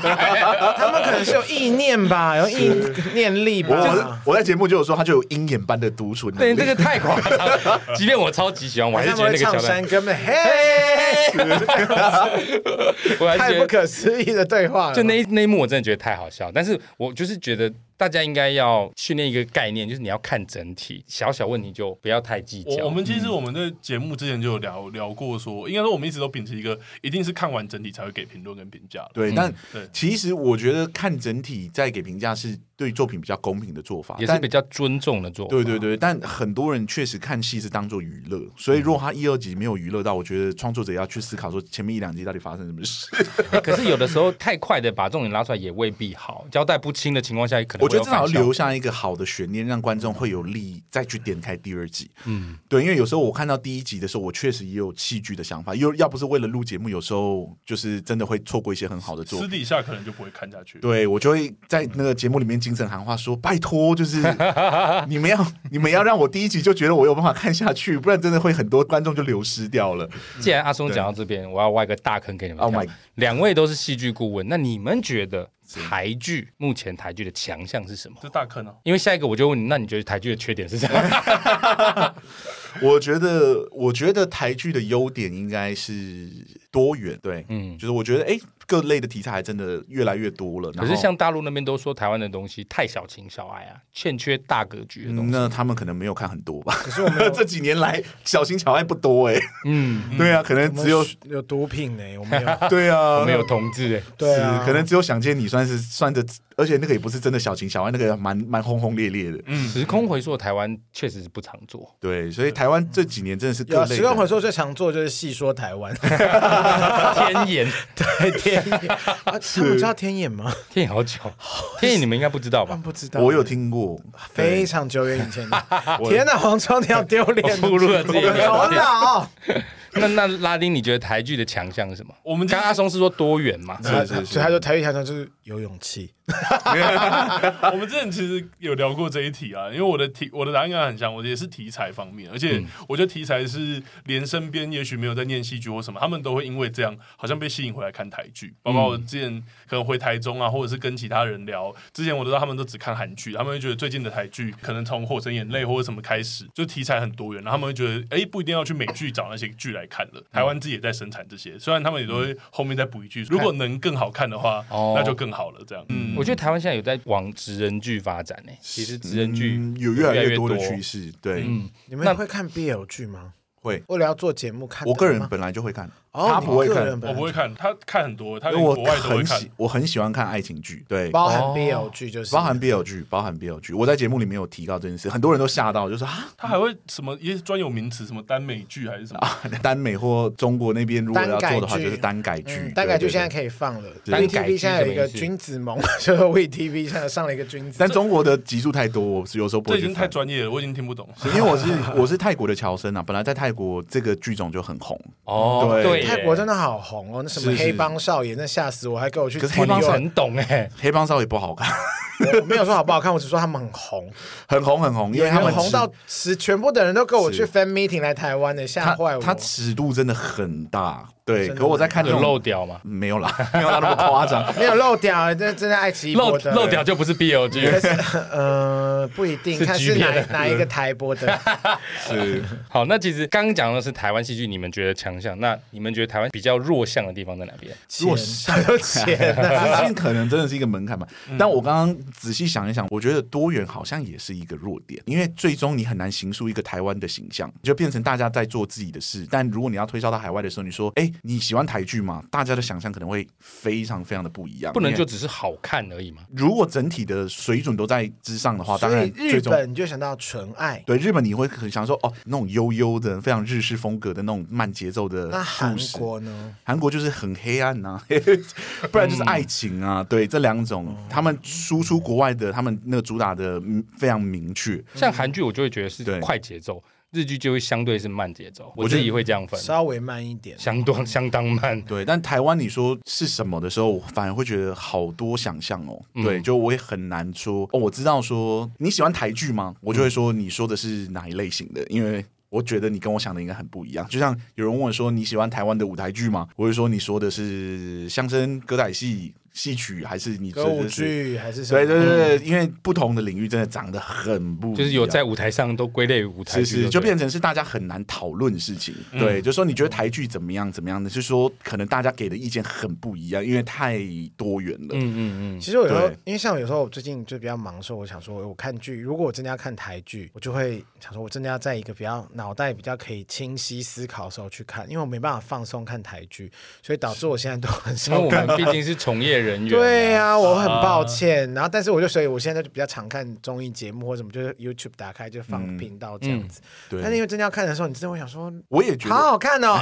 B: 他们可能是有意念吧，有意念力
C: 我我在
B: 吧。
C: 我在节目就有说，他就有鹰眼般的读唇能
A: 对，
C: 力。
A: 这个太夸张了。即便我超级喜欢，我还是
B: 他
A: 觉得那
B: 们
A: 个
B: 会唱
A: 小
B: 山
A: 男，
B: 歌们，嘿，
A: 我还是觉
B: 太
A: 得
B: 不可思议的对话了。
A: 就那一那一幕，我真的觉得太好笑。但是我就是觉得大家应该要训练一个概念，就是你要看整体，小小问题就不要太计较。
D: 我我们其实我们在节目之前就有聊聊过说，应该说我们一直都秉持一个，一定是看完整体才会给评论跟评价的。
C: 对，但
D: 对
C: 其实我觉得看整体再给评价是对作品比较公平的做法，
A: 也是
C: 但
A: 比较尊重的做法。
C: 对对对，但很多人确实看戏是当做娱乐，所以如果他一、二集没有娱乐到，我觉得创作者要去思考说前面一两集到底发生什么事。
A: 欸可是有的时候太快的把重点拉出来也未必好，交代不清的情况下，可能
C: 我觉得至
A: 至
C: 少
A: 少
C: 留下一个好的悬念，让观众会有力再去点开第二集。嗯，对，因为有时候我看到第一集的时候，我确实也有弃剧的想法，又要不是为了录节目，有时候就是真的会错过一些很好的作
D: 私
C: 品。
D: 底下可能就不会看下去。
C: 对，我就会在那个节目里面精神喊话说：“拜托，就是 你们要你们要让我第一集就觉得我有办法看下去，不然真的会很多观众就流失掉了。
A: 既然阿松讲到这边，我要挖一个大坑给你们
C: 嗯 Oh
A: 跳
C: my-
A: 两位都是戏剧顾问，那你们觉得台剧目前台剧的强项是什么？
D: 这大坑啊！
A: 因为下一个我就问你，那你觉得台剧的缺点是什
C: 嗯
A: 么？
C: 我觉得，我觉得台剧的优点应该是多元，对，
A: 嗯
C: 嗯，就是我觉得，哎，各类的题材还真的越来越多了。然
A: 可
C: 后
A: 是像大陆那边都说台湾的东西太小情小爱啊，欠缺大格局的东
C: 嗯
A: 西。
C: 那他们可能没有看很多吧？
B: 可是我们有
C: 这几年来，小情小爱不多哎、
A: 嗯，
C: 对啊，可能
B: 我们
C: 只有
B: 有毒品呢、我 们有
C: 对
A: 我
C: 啊，
A: 们有同志欸，
B: 对啊，
C: 是可能只有想见你算是算着，而且那个也不是真的小情小爱，那个蛮蛮轰轰烈烈的。
A: 时空回溯台湾确实是不常做。
C: 对，所以台湾这几年真的是
B: 有
C: 各
B: 啊
C: 类
B: 时光回
C: 的。
B: 溯最常做就是戏说台 湾，啊
A: 天眼，
B: 对天眼，啊他们知道天眼吗？
A: 天眼好 久，天眼你们应该不知道
B: 他
A: 吧
B: 们？不知道，
C: 我有听过，
B: 非
C: 对
B: 常久远 以前的。天哪，黄忠你好丢脸，啊
A: 暴露了自己 的
B: 头脑。
A: 那那拉丁，你觉得台剧的强项是什么？
D: 我们
A: 刚刚阿松是说多元嘛？
C: 是是是
B: 所以他说台语强调就是有勇气，
D: 我们之前其实有聊过这一题啊，因为我的题我的答案跟他很像，我的也是题材方面，而且我觉得题材是连身边也许没有在念戏剧或什么，他们都会因为这样好像被吸引回来看台剧。包括我之前可能回台中啊，或者是跟其他人聊，之前我都知道他们都只看韩剧，他们会觉得最近的台剧可能从《火神眼泪》或者什么开始，就题材很多元，然后他们会觉得哎、诶不一定要去美剧找那些剧来看了，台湾自己也在生产这些，虽然他们也都会后面再补一句，如果能更好看的话，
A: 哦
D: 那就更好了，这样。嗯
A: 我觉得台湾现在有在往职人剧发展呢、其实职人剧、
C: 嗯有越来越多的趋势，对，
A: 嗯，
B: 你们会看 BL 剧吗？
C: 会。
B: 为了要做节目看的
C: 我
B: 吗，
C: 个人本来就会看，
B: 哦，
C: 他
B: 你
C: 不会
B: 个
C: 看
B: 人本
D: 我
B: 来
D: 不会看，他看很多，他
C: 因
D: 连
C: 为我
D: 国外都会
C: 很
D: 看
C: 喜。我很喜欢看爱情剧，对，
B: 包含
A: 哦
B: BL 剧就是
C: 包含 BL 剧，包含 BL 剧。我在节目里面有提到这件事，很多人都吓到，就说 啊，
D: 他还会什么一些专有名词，什么耽美剧还是什么？
C: 耽美或中国那边如果要做
B: 单
C: 的话，
B: 改剧
C: 就是单改剧
B: 嗯，单改剧
C: 对对对
B: 现在可以放了
C: 单改
A: 剧
B: ，VTV 现在有一个
A: 什么意思
B: 君子盟， 就是 VTV 现在上了一个君子
C: 但，中国的集数太多，我是有时候不
D: 这
C: 会
D: 已
C: 去
D: 经太
C: 看。
D: 专业了，我已经听不懂。
C: 因为我是我是泰国的侨生啊，本来在泰国这个剧种就很红，
A: 哦，
C: 嗯对
A: 对耶，
B: 泰国真的好红哦，那什么
C: 是是
B: 黑帮少爷，那吓死我，还跟我去
C: 可是
A: 哇
C: 黑帮
A: 你
C: 少
A: 很懂哎、
C: 黑帮少爷不好看，
B: 我 没有说好不好看，我只说他们很红，
C: 很红很红，因为他们
B: 红
C: 尺
B: 到使全部的人都跟我去
C: 是
B: fan meeting 来台湾的，吓
C: 他
B: 坏我。
C: 他尺度真的很大，对。
B: 真的
C: 可我在看这
A: 有
C: 种
A: 漏屌嘛？
C: 没有啦，没有啦那么夸张，
B: 没有漏掉，啊这真的爱奇艺
A: 漏
B: 播的
A: 漏屌。就不是 BL 剧。
B: 呃，不一定，
A: 是
B: 看
A: G
B: 是哪
A: 片的
B: 哪一个台播 的。
C: 是
A: 好，那其实刚刚讲的是台湾戏剧，你们觉得强项，那你们觉得台湾比较弱项的地方在哪边？
C: 如 果
B: 钱还有钱啊，
C: 资金可能真的是一个门槛吧。
B: 嗯
C: 但我刚刚仔细想一想，我觉得多元好像也是一个弱点，因为最终你很难形塑一个台湾的形象，就变成大家在做自己的事。但如果你要推销到海外的时候，你说：“哎，你喜欢台剧吗？”大家的想象可能会非常非常的不一样。
A: 不能
C: 因为
A: 就只是好看而已嘛？
C: 如果整体的水准都在之上的话，当
B: 所
C: 然
B: 以日
C: 最终。
B: 本你就想到纯爱，
C: 对日本，你会很想说哦，那种悠悠的、非常日式风格的那种慢节奏的
B: 那韩
C: 故事。
B: 国呢？
C: 韩国就是很黑暗呐、 不然就是爱情啊，对这两种，
B: 嗯
C: 他们输出国外的，他们那个主打的嗯非常明确。
A: 像韩剧，我就会觉得是
C: 嗯对
A: 快节奏，日剧就会相对是慢节奏，我
C: 我觉
A: 自
C: 得嗯
A: 己会这样分，
B: 稍微慢一点。
A: 相当相当慢。
C: 对，但台湾你说是什么的时候，我反而会觉得好多想象哦。
A: 嗯
C: 对，就我也很难说哦，我知道说你喜欢台剧吗？我就会说你说的是哪一类型的，因为。我觉得你跟我想的应该很不一样。就像有人问我说你喜欢台湾的舞台剧吗？我会说你说的是相声、歌仔戏、戏曲，还是你真
B: 歌舞
C: 的是。
B: 剧还是什么？
C: 对对对，对因为不同的领域真的长得很不一样，
A: 就是有在舞台上都归类舞台剧，
C: 是是，
A: 对嗯
C: 就变成是大家很难讨论事情。对，就说你觉得台剧怎么样怎么样的，是说可能大家给的意见很不一样，因为太多元了。
A: 嗯嗯嗯，
B: 其实我有时候
C: 对，
B: 因为像有时候我最近就比较忙的时候，我想说，我看剧，如果我真的要看台剧，我就会想说，我真的要在一个比较脑袋比较可以清晰思考的时候去看，因为我没办法放松看台剧，所以导致我现在都很
A: 因为
B: 少
A: 我
B: 看。
A: 们毕竟是从业人 员，啊
B: 对
C: 啊
A: 呀，
B: 呀、我很抱歉。然后，但是我就所以我现在就比较常看综艺节目或者什么，就是 YouTube 打开就放
C: 嗯
B: 频道这样子。但是因
C: 对，
B: 为真的要看的时候，你真的会想说，
C: 我也嗯觉
B: 好
C: 得。
B: 好看 哦，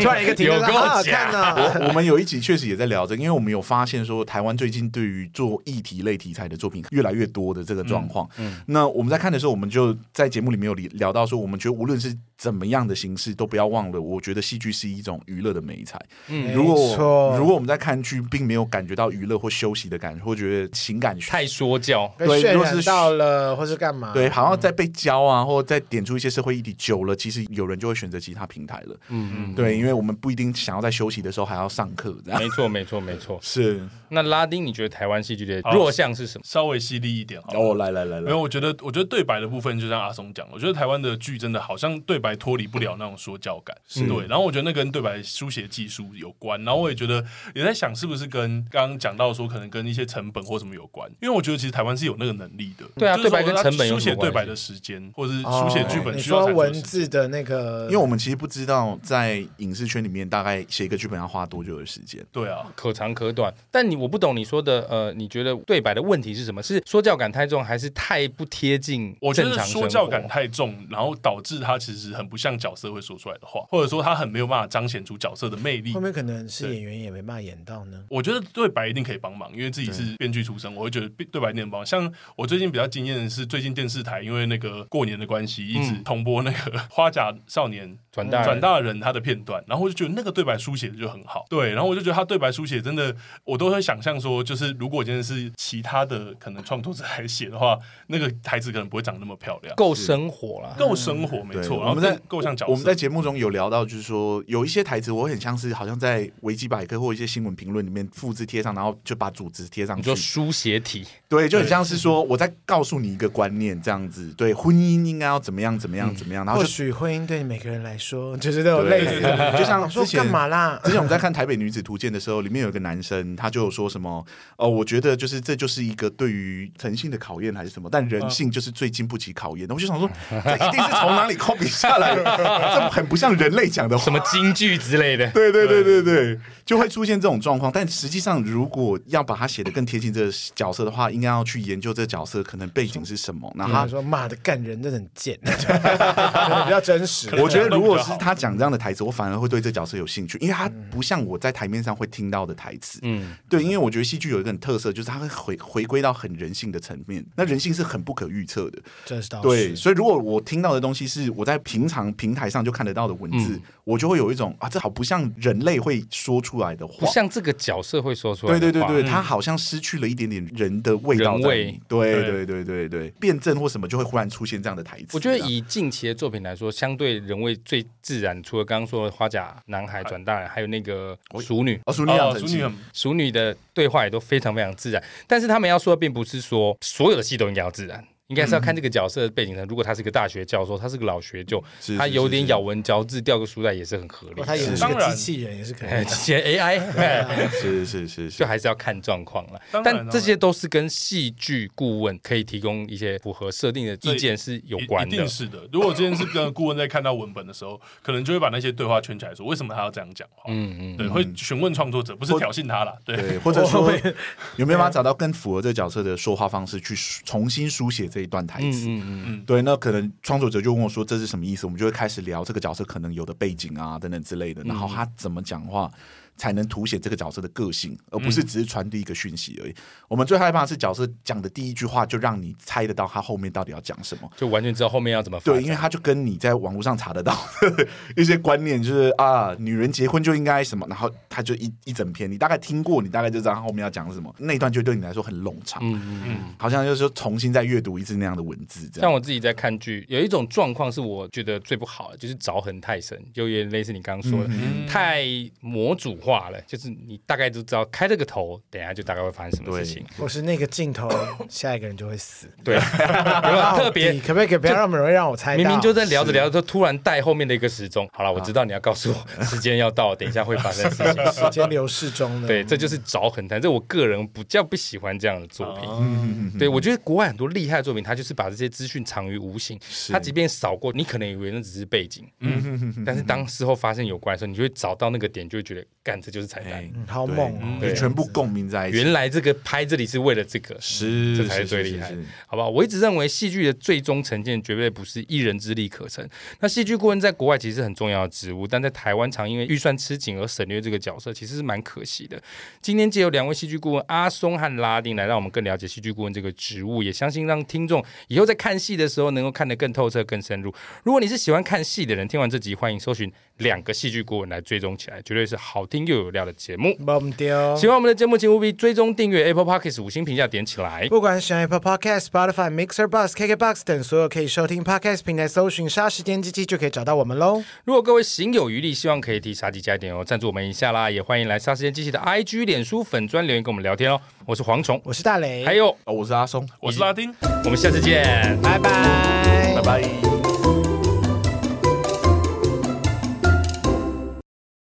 B: 突然一个停顿，
A: 有够
B: 好好看哦。
C: 我我们有一集确实也在聊这个，因为我们有发现说，台湾最近对于做议题类题材的作品越来越多的这个
A: 嗯
C: 状况。那我们在看的时候，我们就在节目里面有聊到说，我们觉得无论是怎么样的形式，都不要忘了，我觉得戏剧是一种娱乐的美材。
A: 嗯，
C: 如
B: 没错
C: 果如果我们在看剧，并没有感觉到娱乐或休息的感觉，或觉得情感
A: 太说教，
B: 被
C: 对
B: 渲
C: 如果是
B: 染到了，或是干嘛？
C: 对，
A: 嗯
C: 好像在被教啊，或者在点出一些社会议题久了，其实有人就会选择其他平台了。
A: 嗯嗯，
C: 对，因为我们不一定想要在休息的时候还要上课，这样
A: 没错没错没错。
C: 是
A: 那拉丁，你觉得台湾戏剧的
D: 好
A: 弱项是什么？
D: 稍微犀利一点好了
C: 哦，来来来
D: 没
C: 来
D: 有，，我觉得，我觉得对白的部分，就像阿松讲，我觉得台湾的剧真的好像对白脱离不了那种说教感，对。然后我觉得那跟对白书写技术有关，然后我也觉得也在想，是不是跟刚刚讲到说，可能跟一些成本或什么有关，因为我觉得其实台湾是有那个能力的，
A: 对啊
D: 就是说
A: 对白跟成本有什么
D: 书写对
A: 关
D: 白
A: 系
D: 的时间，或者是
B: 哦，
D: 书写剧本
B: 你
D: 需要
B: 说
D: 产出的
B: 文
D: 时间
B: 字的那个，
C: 因为我们其实不知道在影视圈里面大概写一个剧本要花多久的时间。
D: 对啊，
A: 可长可短，但你我不懂你说的，呃，你觉得对白的问题是什么？是说教感太重，还是太不贴近
D: 我觉
A: 正
D: 得
A: 常生
D: 说
A: 活？
D: 教感太重，然后导致他其实很不像角色会说出来的话，或者说他很没有办法彰显出角色的魅力
B: 后。面可能是
D: 对
B: 演员也没办法演到呢。
D: 我觉得对白一定可以帮忙，因为自己是编剧出身，我会觉得对白一定能帮忙。像我最近比较惊艳的是，最近电视台因为那个过年的关系，一直重播那个《花甲少年
A: 嗯转大人
D: 嗯转大人》他的片段，然后我就觉得那个对白书写的就很好。对，然后我就觉得他对白书写真的，我都会想象说，就是如果真的是其他的可能创作者来写的话，那个台词可能不会长那么漂亮，
A: 够生活啦。
D: 够生活，没
C: 嗯对
D: 错。然
C: 我
D: 后
C: 们在
D: 更够像角色，
C: 我们在节目中有聊到，就是说有一些台词，我很像是好像在维基百科或一些新闻评论里面复制贴上，然后就把组织贴上
A: 你
C: 去
A: 说。书写体，
C: 对，就很像是说我在告诉你一个观念，这样子。对，婚姻应该要怎么样怎么样怎么样，然后
B: 或
C: 就
B: 许婚姻对每个人来说就是都有
C: 对
B: 类似
C: 对对
B: 的，
C: 对就像
B: 说
C: 之前
B: 干嘛啦？
C: 之前我们在看《台北女子图鉴》的时候，里面有一个男生，他就有说什么，哦，我觉得就是这就是一个对于诚信的考验还是什么，但
A: 嗯
C: 人性就是最经不起考验的。我就想说，这一定是从哪里 copy 下 来的，这很不像人类讲的话。
A: 什。么京剧之类 的
C: 对对对对对，就会出现这种状况。但实际上，如果要把它写得更贴近这个角色的话，应该要去研究这个角色可能背景是什么，然后
B: 他
C: 他
B: 说妈的干人真的很贱，比较真实。
D: 可能
C: 我觉得如果
D: 比较
C: 是
D: 好
C: 他讲这样的台词，我反而会对这角色有兴趣，因为他不像我在台面上会听到的台词。
A: 嗯
C: 嗯，对，因为我觉得戏剧有一个很特色，就是它会回回归到很人性的层面。那人性是很不可预测的，
B: 这是倒哦是
C: 对。所以如果我听到的东西是我在平常平台上就看得到的文字，我就会有一种啊，这好不像人类会说出来的
A: 不
C: 话。
A: 像这个角色会说出来的
C: 对对对
A: 话
C: 对，它好像失去了一点点人的味道在里
A: 人味
C: 面。对
D: 对
C: 对对对对，辩证或什么就会忽然出现这样的台词。
A: 我觉得
C: 这
D: 啊
C: 样
A: 以近期的作品来说，相对人味最自然，除了刚刚说的花甲男
D: 哎
A: 孩转大人，还有那个熟女，
C: 哦，淑女养
D: 哦，
C: 成
D: 淑
C: 记
D: 女很
A: 熟女的对话也都非常非常自然。但是他们要说的并不是说所有的戏都应该要自然，应
C: 嗯
A: 该是要看这个角色的背景如果他是个大学教授，他是个老学究，
C: 是是
A: 他有点
C: 是是哦
A: 咬文嚼字，掉个书袋也是很合理
B: 如果
A: 的。
B: 哦他演
C: 是
B: 是
D: 当
B: 个
D: 然
B: 机器人也是可
A: 哎
B: 以。
A: 这些 AI
C: 是是是是
A: 就。还是要看状况了
D: 当，然
A: 但这些都是跟戏剧顾问可以提供一些符合设定的意见是有关
D: 一一
A: 的
D: 定。是的。如果今天是跟顾问在看到文本的时候，可能就会把那些对话圈起来，说为什么他要这样讲话？
A: 嗯嗯，
D: 对，会询问创作者，不是挑衅他啦。对，
C: 对，或者说有没
A: 啊
C: 有办法找到更符合这个角色的说话方式，去书重新书写这一段台词？
A: 嗯嗯
C: 对，那可能创作者就问我说这是什么意思，我们就会开始聊这个角色可能有的背景啊等等之类的，然后
A: 嗯
C: 他怎么讲话。才能凸显这个角色的个性，而不是只是传递一个讯息而已。我们最害怕的是角色讲的第一句话就让你猜得到他后面到底要讲什么。
A: 就完全知道后面要怎么发
C: 对，
A: 展。
C: 因为他就跟你在网络上查得到 一些观念，就是啊，女人结婚就应该什么，然后他就一一整篇，你大概听过，你大概就知道他后面要讲什么。那一段就对你来说很冗长，
D: 嗯
C: 好像就是说重新再阅读一次那样的文字，这
A: 像
C: 样。
A: 我自己在看剧，有一种状况是
C: 嗯
A: 我觉得最不好的，就是凿痕太深，就有点类似你刚刚说的，太模组化了，就是你大概就知道开这个头，等一下就大概会发生什么事情。
B: 或是那个镜头，下一个人就 会死。
A: 对，有 没有特别
B: 你？可不可以不要那么容易让我猜到？
A: 明明就在聊着聊着，突然带后面的一个时钟。好了，我知道你要告诉
C: 啊
A: 我时间要到了，等一下会发生事情。
B: 时间流逝中的，
A: 对，这就是找很谈，这我个人比较不喜欢这样的作品。
C: 嗯
A: 对，我觉得国外很多厉害的作品，它就是把这些资讯藏于无形，它即便扫过，你可能以为那只是背景，嗯，但是当事后发现有关的时候，你就会找到那个点，就会觉得，干，这就是彩蛋。
C: 哎，
B: 嗯好猛哦！
C: 对，就全部共鸣在一起，
A: 原来这个拍这里是为了这个，
C: 是
A: 这才是最厉害
C: 是
A: 的
C: 是是，
A: 好不好？我一直认为戏剧的最终呈现绝对不是一人之力可成。那戏剧顾问在国外其实是很重要的职务，但在台湾常因为预算吃紧而省略这个角色，其实是蛮可惜的。今天借由两位戏剧顾问阿松和拉丁来让我们更了解戏剧顾问这个职务，也相信让听众以后在看戏的时候能够看得更透彻、更深入。如果你是喜欢看戏的人，听完这集欢迎搜寻两个戏剧顾问来追踪起来，绝对是好听又有料的节目。
B: 忘丢。
A: 喜欢我们的节目，请务必追踪订阅 Apple Podcast 五星评价点起来。
B: 不管是使用 Apple Podcast、Spotify、Mixer、Bus、KKBox 等所有可以收听 Podcast 平台，搜寻“杀时间机器”就可以找到我们喽。
A: 如果各位行有余力，希望可以替杀鸡加一点油，赞助我们一下啦！也欢迎来杀时间机器的 IG、脸书粉专留言跟我们聊天哦。我是蝗虫，
B: 我是大雷，
A: 还有
C: 哦，我是阿松，
D: 我是拉丁。
A: 我们下次见。
B: 拜拜，拜
C: 拜拜。